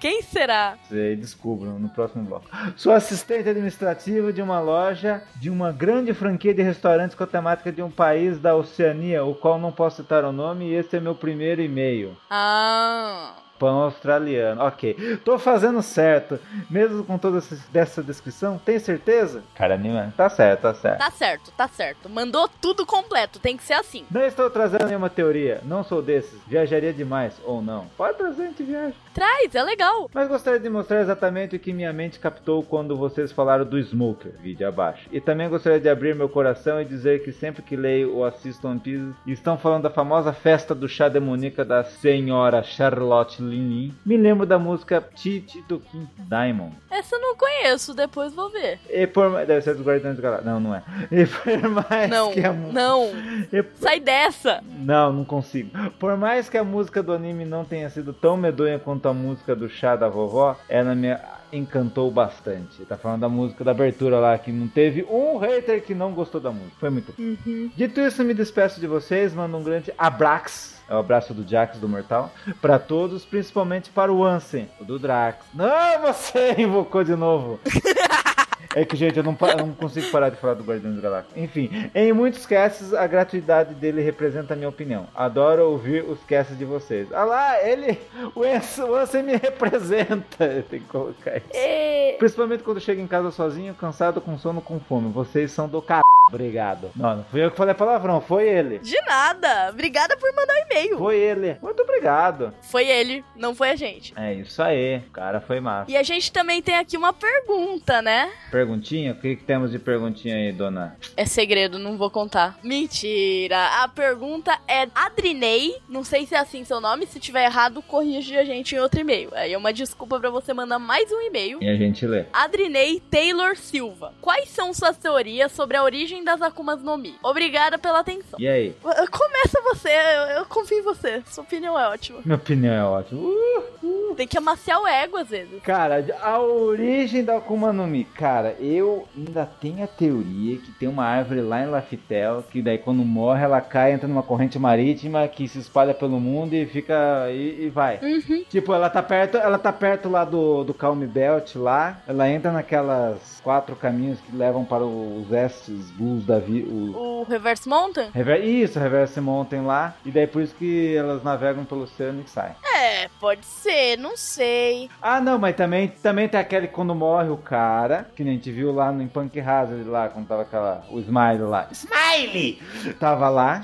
S5: Quem será?
S4: Vocês descubram no próximo bloco. Sou assistente administrativo de uma loja de uma grande franquia de restaurantes com a temática de um país da Oceania, o qual não posso citar o nome, e esse é meu primeiro e-mail.
S5: Ah.
S4: Pão australiano. Ok. Tô fazendo certo. Mesmo com toda essa dessa descrição, tem certeza? Cara, anima. Tá certo, tá certo.
S5: Tá certo, tá certo. Mandou tudo completo, tem que ser assim.
S4: Não estou trazendo nenhuma teoria. Não sou desses. Viajaria demais, ou não. Pode trazer, a gente viaja.
S5: Traz, é legal.
S4: Mas gostaria de mostrar exatamente o que minha mente captou quando vocês falaram do Smoker, vídeo abaixo. E também gostaria de abrir meu coração e dizer que sempre que leio ou assisto One Piece, estão falando da famosa festa do chá demoníaca da senhora Charlotte Linin. Me lembro da música Titi do King Diamond.
S5: Essa eu não conheço, depois vou ver.
S4: E por mais... Deve ser dos Guardiões da Galáxia. Não, não é. E por mais
S5: Não,
S4: que é a... mu-
S5: não.
S4: E
S5: Sai dessa.
S4: não, não consigo. Por mais que a música do anime não tenha sido tão medonha quanto a música do chá da vovó, ela me encantou bastante. Tá falando da música da abertura lá, que não teve um hater que não gostou da música. Foi muito. Dito isso, me despeço de vocês, mando um grande abraço. É o abraço do Jax do Mortal. Pra todos, principalmente para o Ansem, o do Drax. Não, você invocou de novo. É que, gente, eu não, pa- eu não consigo parar de falar do Guardiões da Galáxia. Enfim, em muitos casts, a gratuidade dele representa a minha opinião. Adoro ouvir os casts de vocês. Ah lá, ele... O Ansem o Ansem me representa. Eu tenho que colocar isso.
S5: Ê,
S4: Principalmente quando chego em casa sozinho, cansado, com sono, com fome. Vocês são do c... Obrigado. Não, não fui eu que falei palavrão, foi ele.
S5: De nada. Obrigada por mandar o e-mail.
S4: Foi ele. Muito obrigado.
S5: Foi ele, não foi a gente.
S4: É isso aí. O cara foi massa.
S5: E a gente também tem aqui uma pergunta, né?
S4: Perguntinha? O que, que temos de perguntinha aí, dona?
S5: É segredo, não vou contar. Mentira! A pergunta é Adrinei. Não sei se é assim seu nome. Se tiver errado, corrige a gente em outro e-mail. Aí é uma desculpa pra você mandar mais um e-mail.
S4: E a gente lê.
S5: Adrinei Taylor Silva. Quais são suas teorias sobre a origem das Akumas no Mi? Obrigada pela atenção.
S4: E aí?
S5: Uh, Começa você, eu, eu confio em você. Sua opinião é ótima.
S4: Minha opinião é ótima. Uh!
S5: Tem que amaciar o ego às vezes.
S4: Cara, a origem da Akuma no Mi. Cara, eu ainda tenho a teoria que tem uma árvore lá em Laftel que daí quando morre ela cai, entra numa corrente marítima que se espalha pelo mundo e fica. e, e vai.
S5: Uhum.
S4: Tipo, ela tá perto, ela tá perto lá do, do Calm Belt lá. Ela entra naquelas quatro caminhos que levam para os Estes Blues da vi, o-
S5: O Reverse Mountain?
S4: Rever- Isso, Reverse Mountain lá. E daí por isso que elas navegam pelo oceano e saem.
S5: É, pode ser, não sei.
S4: Ah, não, mas também, também tem aquele que quando morre o cara, que nem a gente viu lá no em Punk Hazard lá, quando tava aquela, o Smile lá. Smiley! Tava lá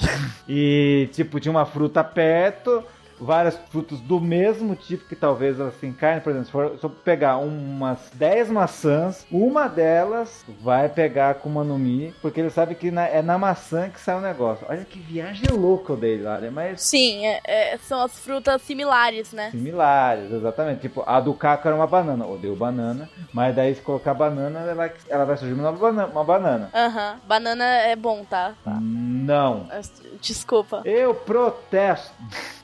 S4: e, tipo, tinha uma fruta perto, vários frutos do mesmo tipo que talvez elas se encarnem. Por exemplo, se for se eu pegar umas 10 maçãs, uma delas vai pegar a Kuma no Mi, porque ele sabe que na- é na maçã que sai o negócio. Olha que viagem louca eu dei, Lara, mas
S5: Sim, é- é, são as frutas similares, né?
S4: Similares, exatamente. Tipo, a do Caco era uma banana. Odeio banana. Mas daí se colocar banana, ela, ela vai surgir uma banana. Uma banana.
S5: Aham. Banana é bom, tá?
S4: Não.
S5: Desculpa.
S4: Eu protesto.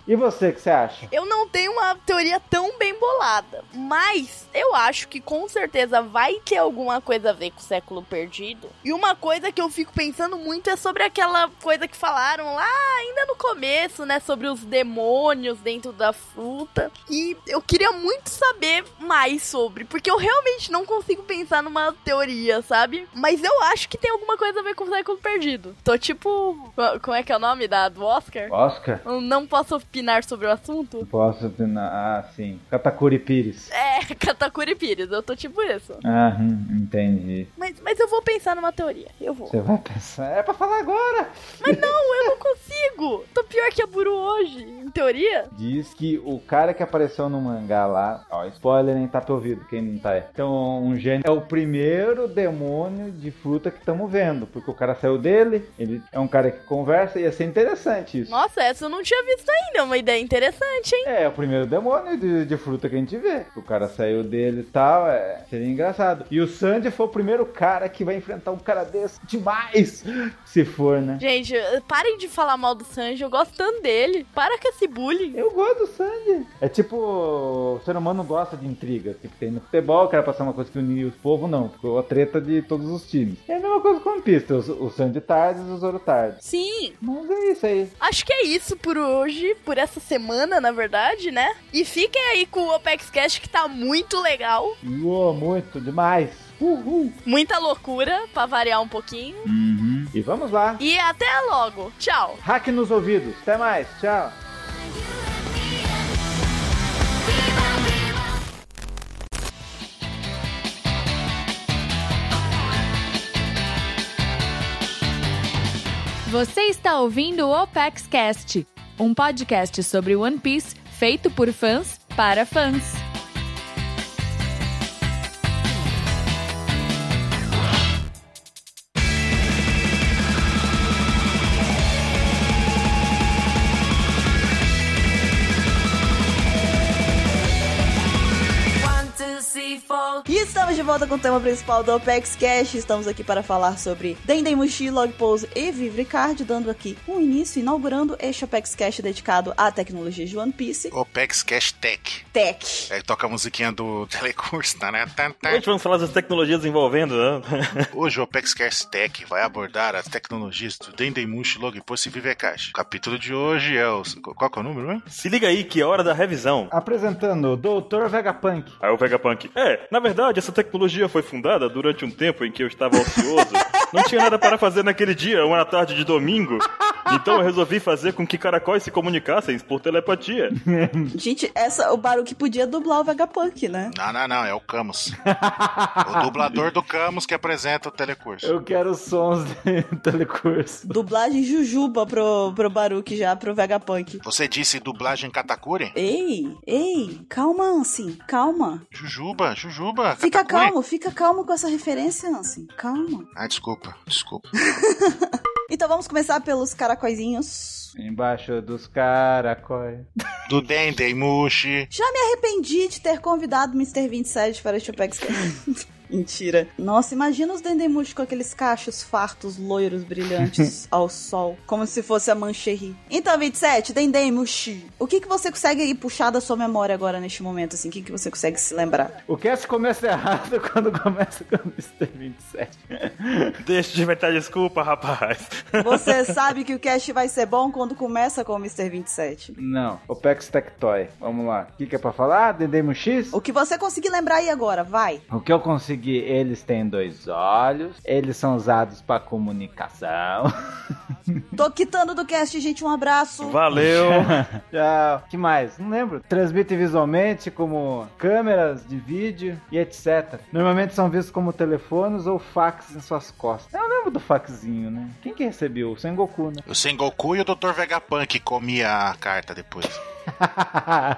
S4: E você, o que você acha?
S5: Eu não tenho uma teoria tão bem bolada, mas eu acho que com certeza vai ter alguma coisa a ver com o século perdido. E uma coisa que eu fico pensando muito é sobre aquela coisa que falaram lá ainda no começo, né, sobre os demônios dentro da fruta. E eu queria muito saber mais sobre, porque eu realmente não consigo pensar numa teoria, sabe? Mas eu acho que tem alguma coisa a ver com o século perdido. Tô tipo, como é que é o nome da do Oscar?
S4: Oscar?
S5: Eu Não posso opinar sobre o assunto?
S4: Posso opinar? Ah, sim. Katakuri Pires.
S5: É, Katakuri Pires, eu tô tipo isso.
S4: Ah, hum, entendi.
S5: Mas, mas eu vou pensar numa teoria. Eu vou.
S4: Você vai pensar. É pra falar agora!
S5: Mas não, eu não consigo! Tô pior que a Buru hoje, em teoria.
S4: Diz que o cara que apareceu no mangá lá, ó, spoiler nem tá pro ouvido, quem não tá aí. Então, um gênio é o primeiro demônio de fruta que estamos vendo, porque o cara saiu dele, ele é um cara que conversa, ia ser interessante isso.
S5: Nossa, essa eu não tinha visto ainda, é uma ideia interessante, hein?
S4: É, é o primeiro demônio de, de fruta que a gente vê. O cara saiu dele e tal, é, seria engraçado. E o Sandy foi o primeiro cara que vai enfrentar um cara desse demais, se for, né?
S5: Gente, eh, parem de falar mal do Sanji, eu gosto tanto dele. Para com esse bullying.
S4: Eu gosto do Sandy. É tipo, o ser humano gosta de intriga. Tipo, tem no futebol, quero passar uma coisa que uniu o povo, não. Ficou a treta de todos os times. É a mesma coisa com o Pista. O o Sandy tarde e o Zoro tarde.
S5: Sim,
S4: Mas é isso aí.
S5: acho que é isso por hoje, por essa semana, na verdade, né? E fiquem aí com o Opex Cash que tá muito legal,
S4: Uou, muito demais. Uhul.
S5: muita loucura pra variar um pouquinho.
S4: E vamos lá.
S5: E até logo. Tchau.
S4: Hack nos ouvidos. Até mais. Tchau.
S7: Você está ouvindo o Opex Cast, um podcast sobre One Piece feito por fãs para fãs.
S2: E estamos de volta com o tema principal do Opex Cash. Estamos aqui para falar sobre Dendemushi, Log Pose e Vivre Card, dando aqui um início, inaugurando este Opex Cash dedicado à tecnologia de One Piece.
S1: Opex Cash Tech.
S2: Tech.
S1: Aí toca a musiquinha do telecurso. tá, né? Tá, tá.
S3: Hoje vamos falar das tecnologias envolvendo, né?
S1: Hoje o Opex Cash Tech vai abordar as tecnologias do Dendemushi logo depois se vive caixa. O capítulo de hoje é o. Qual que é o número, né?
S3: Se liga aí que é hora da revisão.
S4: Apresentando o Dr. Vegapunk.
S3: Aí o Vegapunk. É, na verdade, essa tec- tecnologia foi fundada durante um tempo em que eu estava ocioso. Não tinha nada para fazer naquele dia, uma tarde de domingo. Então eu resolvi fazer com que caracóis se comunicassem por telepatia.
S2: Gente, essa, o Baruque podia dublar o Vegapunk, né?
S1: Não, não, não, é o Camus. o dublador do Camus que apresenta o telecurso.
S4: Eu quero os sons do telecurso.
S2: Dublagem Jujuba pro, pro Baruque já, pro Vegapunk.
S1: Você disse dublagem Katakuri?
S2: Ei, ei, calma, Ansem, calma.
S1: Jujuba, Jujuba.
S2: Fica
S1: Katakuri.
S2: calmo, fica calmo com essa referência, Ansem, calma.
S1: Ah, desculpa, desculpa.
S2: Então vamos começar pelos caracóizinhos.
S4: Embaixo dos caracóis.
S1: Do Dendem Mushi.
S2: Arrependi de ter convidado o Mr. 27 para este Chupex. Mentira. Nossa, imagina os Dendemush com aqueles cachos fartos, loiros, brilhantes ao sol. Como se fosse a Mancherry. Então, 27, Dendemush, o que, que você consegue aí puxar da sua memória agora neste momento? Assim, o que, que você consegue se lembrar?
S4: O cast começa errado quando começa com o Mr. 27.
S3: Deixa de inventar desculpa, rapaz.
S2: Você sabe que o cast vai ser bom quando começa com o Mr. 27.
S4: Não. Opex Tectoy. Vamos lá. O que, que é pra falar? Dedemo X?
S2: O que você conseguir lembrar aí agora, vai.
S4: O que eu consegui? Eles têm dois olhos. Eles são usados pra comunicação.
S2: Tô quitando do cast, gente. Um abraço.
S3: Valeu.
S4: Tchau. que mais? Não lembro. Transmite visualmente como câmeras de vídeo e etc. Normalmente são vistos como telefones ou fax em suas costas. Eu lembro do faxinho, né? Quem que recebeu? O Sengoku, né?
S1: O Sengoku e o Dr. Vegapunk comia a carta depois.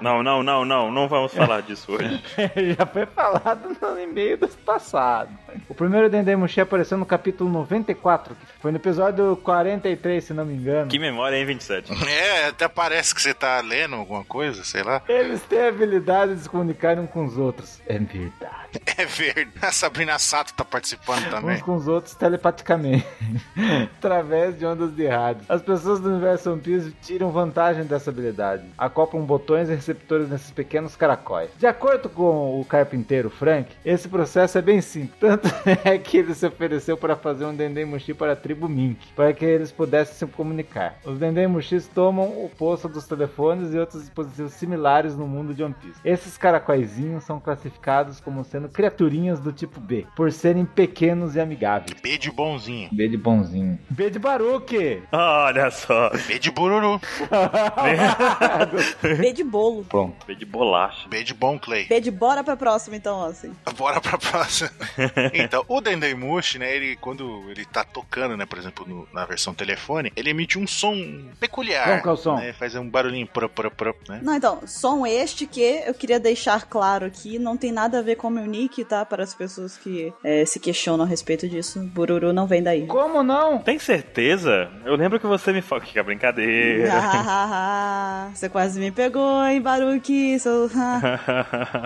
S3: Não, não, não, não. Não vamos falar disso hoje.
S4: Já foi falado no e-mail do passado. O primeiro Dendemushi apareceu no capítulo 94, que foi no episódio 43, se não me engano.
S3: Que memória, hein, 27?
S1: É, até parece que você tá lendo alguma coisa, sei lá.
S4: Eles têm a habilidade de se comunicar um com os outros. É verdade.
S1: É verdade. A Sabrina Sato tá participando
S4: Uns
S1: também.
S4: com os outros telepaticamente, através de ondas de rádio. As pessoas do universo One Piece tiram vantagem dessa habilidade. Acoplam botões e receptores nesses pequenos caracóis. De acordo com o carpinteiro Frank, esse processo é bem simples. Tanto é que ele se ofereceu para fazer um Dendemushi para a tribo Mink, para que eles pudessem se comunicar. Os Dendemushis tomam o posto dos telefones e outros dispositivos similares no mundo de One Piece. Esses caracóizinhos são classificados como sendo criaturinhas do tipo B, por serem pequenos e amigáveis.
S1: B de bonzinho.
S4: B de bonzinho. B de Baruque!
S3: Olha só.
S1: B de bururu.
S2: B de bolo.
S4: Pronto.
S3: Bem de bolacha.
S1: B de bom Clay.
S2: B de bora pra próxima, então, assim.
S1: Bora pra próxima. então, o Dendemushi, né, ele quando ele tá tocando, né, por exemplo, no- na versão telefone, ele emite um som peculiar.
S4: Vamos, Calção.
S1: Né, faz um barulhinho prup, prup, prup, né?
S2: Não, então, som este que eu queria deixar claro aqui, não tem nada a ver com o meu nick, tá? Para as pessoas que eh, se questionam a respeito disso, Bururu não vem daí.
S4: Como não?
S3: Tem certeza? Eu lembro que você me falou que é brincadeira.
S2: Ah, Você quase me pegou, hein, Baruki? Seu-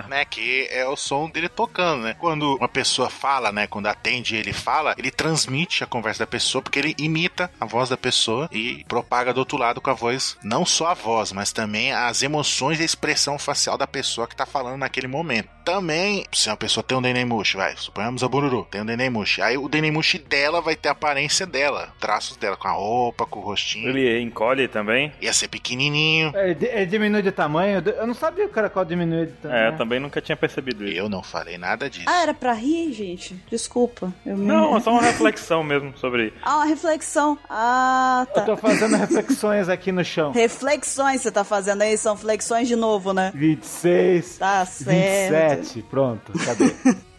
S1: né, que é o som dele tocando, né? Quando uma pessoa fala, né, quando atende ele fala, ele transmite a conversa da pessoa porque ele imita a voz da pessoa e propaga do outro lado com a voz, não só a voz, mas também as emoções e a expressão facial da pessoa que tá falando naquele momento. Também, se uma pessoa tem um Dendemushi, vai, suponhamos a Bururu, tem um Dendemushi, aí o Dendemushi dela vai ter a aparência dela, traços dela, com a roupa, com o rostinho.
S3: Ele encolhe também?
S1: Ia ser pequenininho.
S4: Ele, É, di- ele diminui de tamanho? Eu não sabia que o caracol diminuía de tamanho.
S3: É, eu também nunca tinha percebido isso.
S1: Eu não falei nada disso.
S2: Ah, era pra rir, gente? Desculpa. Eu me...
S3: Não, é só uma reflexão mesmo sobre.
S2: Ah, uma reflexão. Ah,
S4: Eu
S2: tá.
S4: tô fazendo reflexões aqui no chão.
S2: Reflexões você tá fazendo aí, são flexões de novo, né?
S4: 26,
S2: Tá certo.
S4: 27, pronto, cadê?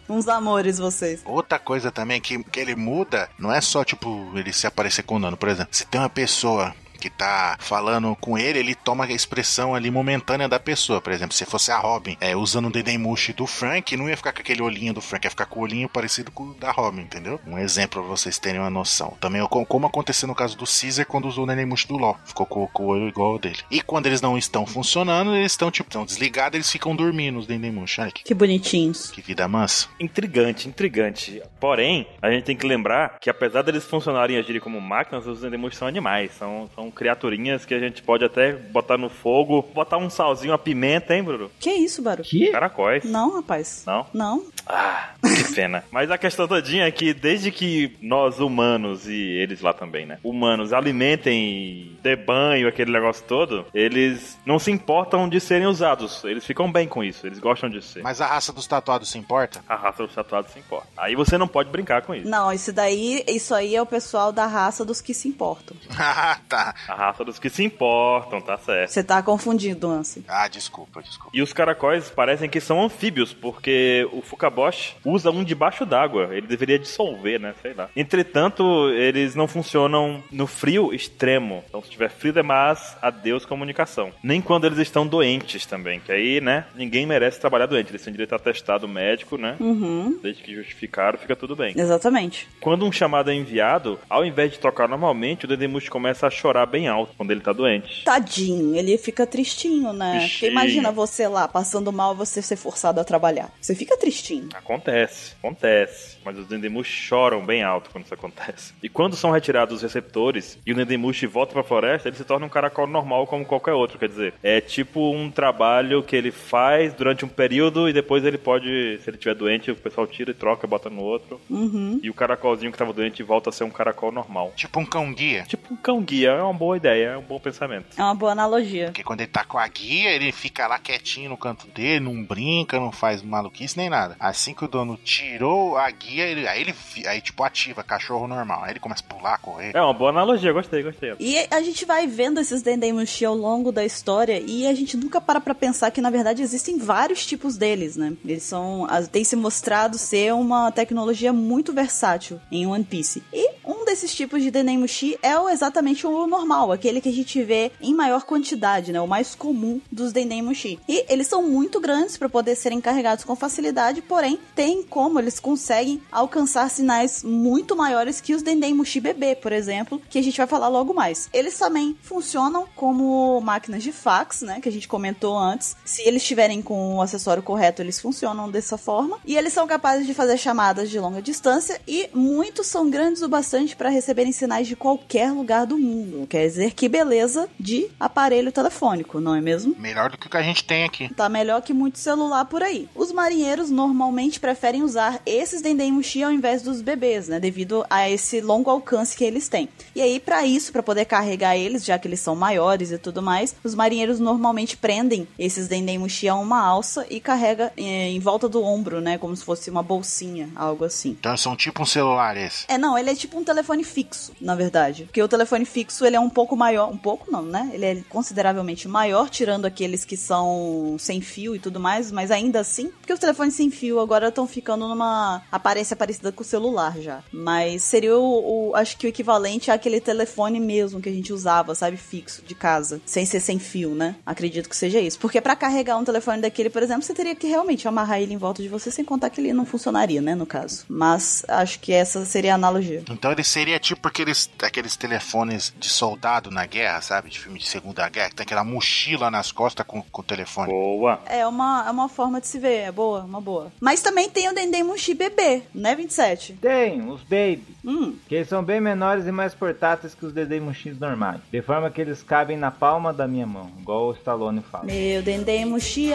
S2: Uns amores vocês.
S1: Outra coisa também que, que ele muda não é só, tipo, ele se aparecer com o Nano. Por exemplo, se tem uma pessoa que tá falando com ele, ele toma a expressão ali momentânea da pessoa. Por exemplo, se fosse a Robin é, usando o Dendemushi do Frank, não ia ficar com aquele olhinho do Frank, ia ficar com o olhinho parecido com o da Robin, entendeu? Um exemplo pra vocês terem uma noção. Também co- como aconteceu no caso do Caesar quando usou o Dendemushi do LoL. Ficou com, com o olho igual ao dele. E quando eles não estão funcionando, eles estão, tipo, estão desligados, eles ficam dormindo os Dendemushi. Olha que,
S2: Que bonitinhos.
S1: que vida mansa.
S3: Intrigante, intrigante. Porém, a gente tem que lembrar que apesar deles funcionarem e agirem como máquinas, os Endemus são animais. São, são criaturinhas que a gente pode até botar no fogo, botar um salzinho, uma pimenta, hein, Bruno?
S2: Que isso, Baruki?
S4: que?
S3: Caracóis.
S2: Não, rapaz.
S3: Não?
S2: Não.
S3: Ah, que pena. Mas a questão todinha é que desde que nós humanos e eles lá também, né? Humanos alimentem, dê banho, aquele negócio todo, eles não se importam de serem usados. Eles ficam bem com isso, eles gostam de ser.
S1: Mas a raça dos tatuados se importa?
S3: A raça dos tatuados se importa. Aí você não pode brincar com isso.
S2: Não, isso daí, isso aí é o pessoal da raça dos que se importam.
S1: ah, tá.
S3: A raça dos que se importam, tá certo.
S2: Você tá confundindo, Ansi.
S1: Ah, desculpa, desculpa.
S3: E os caracóis parecem que são anfíbios, porque o Fukabosh usa um debaixo d'água. Ele deveria dissolver, né? Sei lá. Entretanto, eles não funcionam no frio extremo. Então, se tiver frio demais, adeus comunicação. Nem quando eles estão doentes também, que aí, né? Ninguém merece trabalhar doente. Eles têm direito a testado médico, né?
S2: Uhum.
S3: Desde que justificaram, fica tudo bem.
S2: Exatamente.
S3: Quando um chamado é enviado, ao invés de tocar normalmente, o Dendemushi começa a chorar bem alto quando ele tá doente.
S2: Tadinho, ele fica tristinho, né? Porque
S3: Bichinho.
S2: imagina você lá passando mal, você ser forçado a trabalhar. Você fica tristinho.
S3: Acontece, acontece. Mas os Dendemushi choram bem alto quando isso acontece. E quando são retirados os receptores e o Dendemushi volta pra floresta, ele se torna um caracol normal como qualquer outro. Quer dizer, é tipo um trabalho que ele faz durante um período e depois ele pode, se ele tiver doente, o pessoal tira e troca, bota no outro.
S2: Uhum.
S3: E o caracolzinho que tava doente volta a ser um caracol normal.
S1: Tipo um cão guia.
S3: Tipo um cão-guia, é uma boa ideia, é um bom pensamento.
S2: É uma boa analogia.
S1: Porque quando ele tá com a guia, ele fica lá quietinho no canto dele, não brinca, não faz maluquice nem nada. Assim que o dono tirou a guia, ele, aí ele fi- aí tipo ativa cachorro normal. Aí ele começa a pular, correr.
S3: É uma boa analogia, gostei, gostei.
S2: E a gente vai vendo esses Dendemushi ao longo da história e a gente nunca para pra pensar que, na verdade, existem vários tipos deles, né? Eles são. as- têm se mostrado ser uma tecnologia muito versátil em One Piece. E um desses tipos de Dendemushi é o- exatamente o normal, aquele que a gente vê em maior quantidade, né? O mais comum dos Dendemushi. E eles são muito grandes para poder serem carregados com facilidade, porém, tem como eles conseguem alcançar sinais muito maiores que os Dendemushi bebê, por exemplo, que a gente vai falar logo mais. Eles também funcionam como máquinas de fax, né, que a gente comentou antes. Se eles estiverem com o acessório correto, eles funcionam dessa forma. E eles são capazes de fazer chamadas de longa distância e muitos são grandes o bastante para receberem sinais de qualquer lugar do mundo. Quer dizer, que beleza de aparelho telefônico, não é mesmo?
S1: Melhor do que o que a gente tem aqui.
S2: Tá melhor que muito celular por aí. Os marinheiros normalmente preferem usar esses dendemushi ao invés dos bebês, né? Devido a esse longo alcance que eles têm. E aí, pra isso, pra poder carregar eles, já que eles são maiores e tudo mais, os marinheiros normalmente prendem esses dendemushi a uma alça e carrega eh, em volta do ombro, né? Como se fosse uma bolsinha, algo assim.
S1: Então são tipo um celular esse.
S2: É, não, ele é tipo um telefone fixo, na verdade. Porque o telefone fixo, ele é um pouco maior. Um pouco não, né? Ele é consideravelmente maior, tirando aqueles que são sem fio e tudo mais, mas ainda assim. Porque os telefones sem fio agora estão ficando numa aparência parecida com o celular já. Mas seria o, o- acho que o equivalente àquele telefone mesmo que a gente usava, sabe? Fixo, de casa. Sem ser sem fio, né? Acredito que seja isso. Porque pra carregar um telefone daquele, por exemplo, você teria que realmente amarrar ele em volta de você, sem contar que ele não funcionaria, né? No caso. Mas acho que essa seria a analogia.
S1: Então ele seria tipo aqueles, aqueles telefones de soldado na guerra, sabe? De filme de Segunda Guerra, que tem aquela mochila nas costas com, com o telefone.
S3: Boa.
S2: É uma, é uma forma de se ver, é boa, uma boa. Mas também tem o Dendem Mushi bebê, né, 27?
S4: Tem, os baby,
S2: Hum,
S4: que eles são bem menores e mais portáteis que os Dedemushis normais. De forma que eles cabem na palma da minha mão, igual o Stallone fala.
S2: meu Dendem Mushi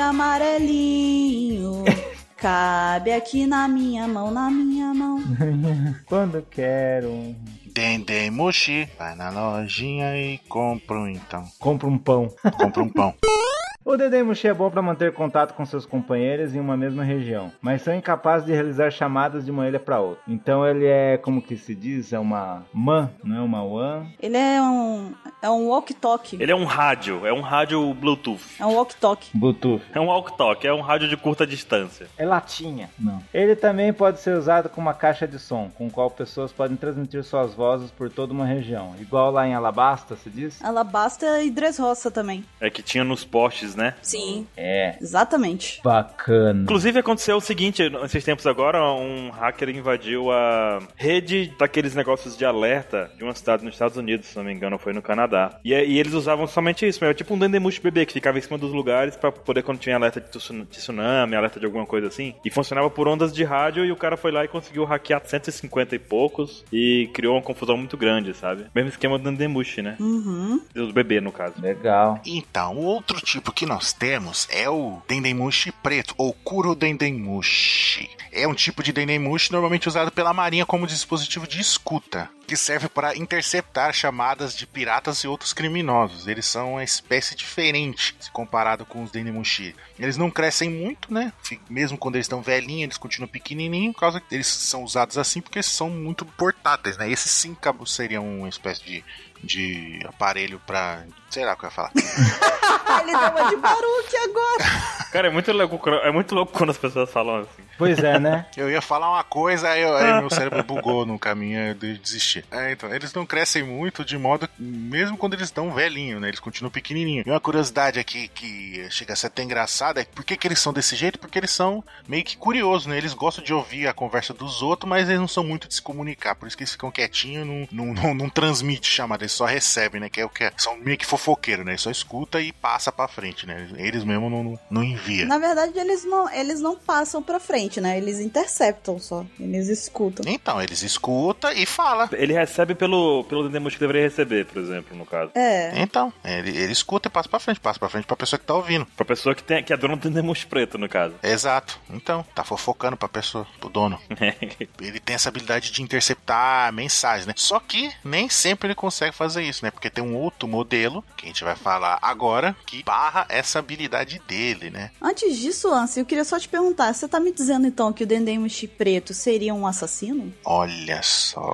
S2: amarelinho. Cabe aqui na minha mão, na minha mão.
S4: Quando quero, um-
S1: Dendemushi, vai na lojinha e compra um então.
S4: compro um pão.
S1: Compra um pão.
S4: O Dedemushi é bom para manter contato com seus companheiros em uma mesma região, mas são incapazes de realizar chamadas de uma ilha para outra. Então ele é, como que se diz, é uma man, não é uma wan.
S2: Ele é um. É um walk-talk.
S3: Ele é um rádio, é um rádio Bluetooth.
S2: É um walk-talk.
S4: Bluetooth.
S3: É um walk-talk, é um rádio de curta distância.
S4: É latinha. Não. Ele também pode ser usado como uma caixa de som, com qual pessoas podem transmitir suas vozes por toda uma região. Igual lá em Alabasta, se diz?
S2: Alabasta e Dressrosa também.
S3: É que tinha nos postes, né?
S2: Sim.
S4: É.
S2: Exatamente.
S4: Bacana.
S3: Inclusive aconteceu o seguinte, nesses tempos agora, um hacker invadiu a rede daqueles negócios de alerta de uma cidade nos Estados Unidos, se não me engano, foi no Canadá. ajudar. E, aí eles usavam somente isso, era tipo um Dendemushi bebê que ficava em cima dos lugares pra poder quando tinha alerta de tsun- de tsunami, alerta de alguma coisa assim. E funcionava por ondas de rádio e o cara foi lá e conseguiu hackear 150 e poucos e criou uma confusão muito grande, sabe? Mesmo esquema do Dendemushi, né?
S2: Uhum.
S3: Do bebê, no caso.
S4: Legal.
S1: Então, o outro tipo que nós temos é o Dendemushi preto, ou Kuro Dendemushi. É um tipo de Dendemushi normalmente usado pela marinha como dispositivo de escuta, que serve para interceptar chamadas de piratas e outros criminosos. Eles são uma espécie diferente se comparado com os Dendemushi. Eles não crescem muito, né? Fi- Mesmo quando eles estão velhinhos, eles continuam pequenininhos, por causa que eles são usados assim porque são muito portáteis, né? Esse sim cabo- seria uma espécie de, de aparelho para, sei lá o que eu ia falar.
S2: Ah, ele deu uma de Baruque agora.
S3: Cara, é muito louco, é muito louco quando as pessoas falam assim.
S4: Pois é, né?
S1: Eu ia falar uma coisa, aí, eu- aí meu cérebro bugou no caminho, aí eu desisti. É, então, eles não crescem muito, de modo que, mesmo quando eles estão velhinhos, né? Eles continuam pequenininhos. E uma curiosidade aqui que chega a ser até engraçada é por que, que eles são desse jeito? Porque eles são meio que curiosos, né? Eles gostam de ouvir a conversa dos outros, mas eles não são muito de se comunicar. Por isso que eles ficam quietinhos, não, não, não, não transmite chamada, eles só recebem, né? Que é o que é. São meio que fofoqueiros, né? Eles só escuta e passa pra frente, né? Eles mesmo não, não, não enviam.
S2: Na verdade, eles não, eles não passam pra frente, né? Eles interceptam só. Eles escutam.
S1: Então, eles escutam e falam.
S3: Ele recebe pelo, pelo Dendemushi que deveria receber, por exemplo, no caso.
S2: É.
S1: Então, ele, ele escuta e passa pra frente, passa pra frente pra pessoa que tá ouvindo.
S3: Pra pessoa que, tem, que é dona do Dendemushi preto, no caso.
S1: Exato. Então, tá fofocando pra pessoa, pro dono. ele tem essa habilidade de interceptar mensagens, né? Só que nem sempre ele consegue fazer isso, né? Porque tem um outro modelo, que a gente vai falar agora, que barra essa habilidade dele, né?
S2: Antes disso, Ansi, eu queria só te perguntar. Você tá me dizendo, então, que o Dendemushi preto seria um assassino?
S1: Olha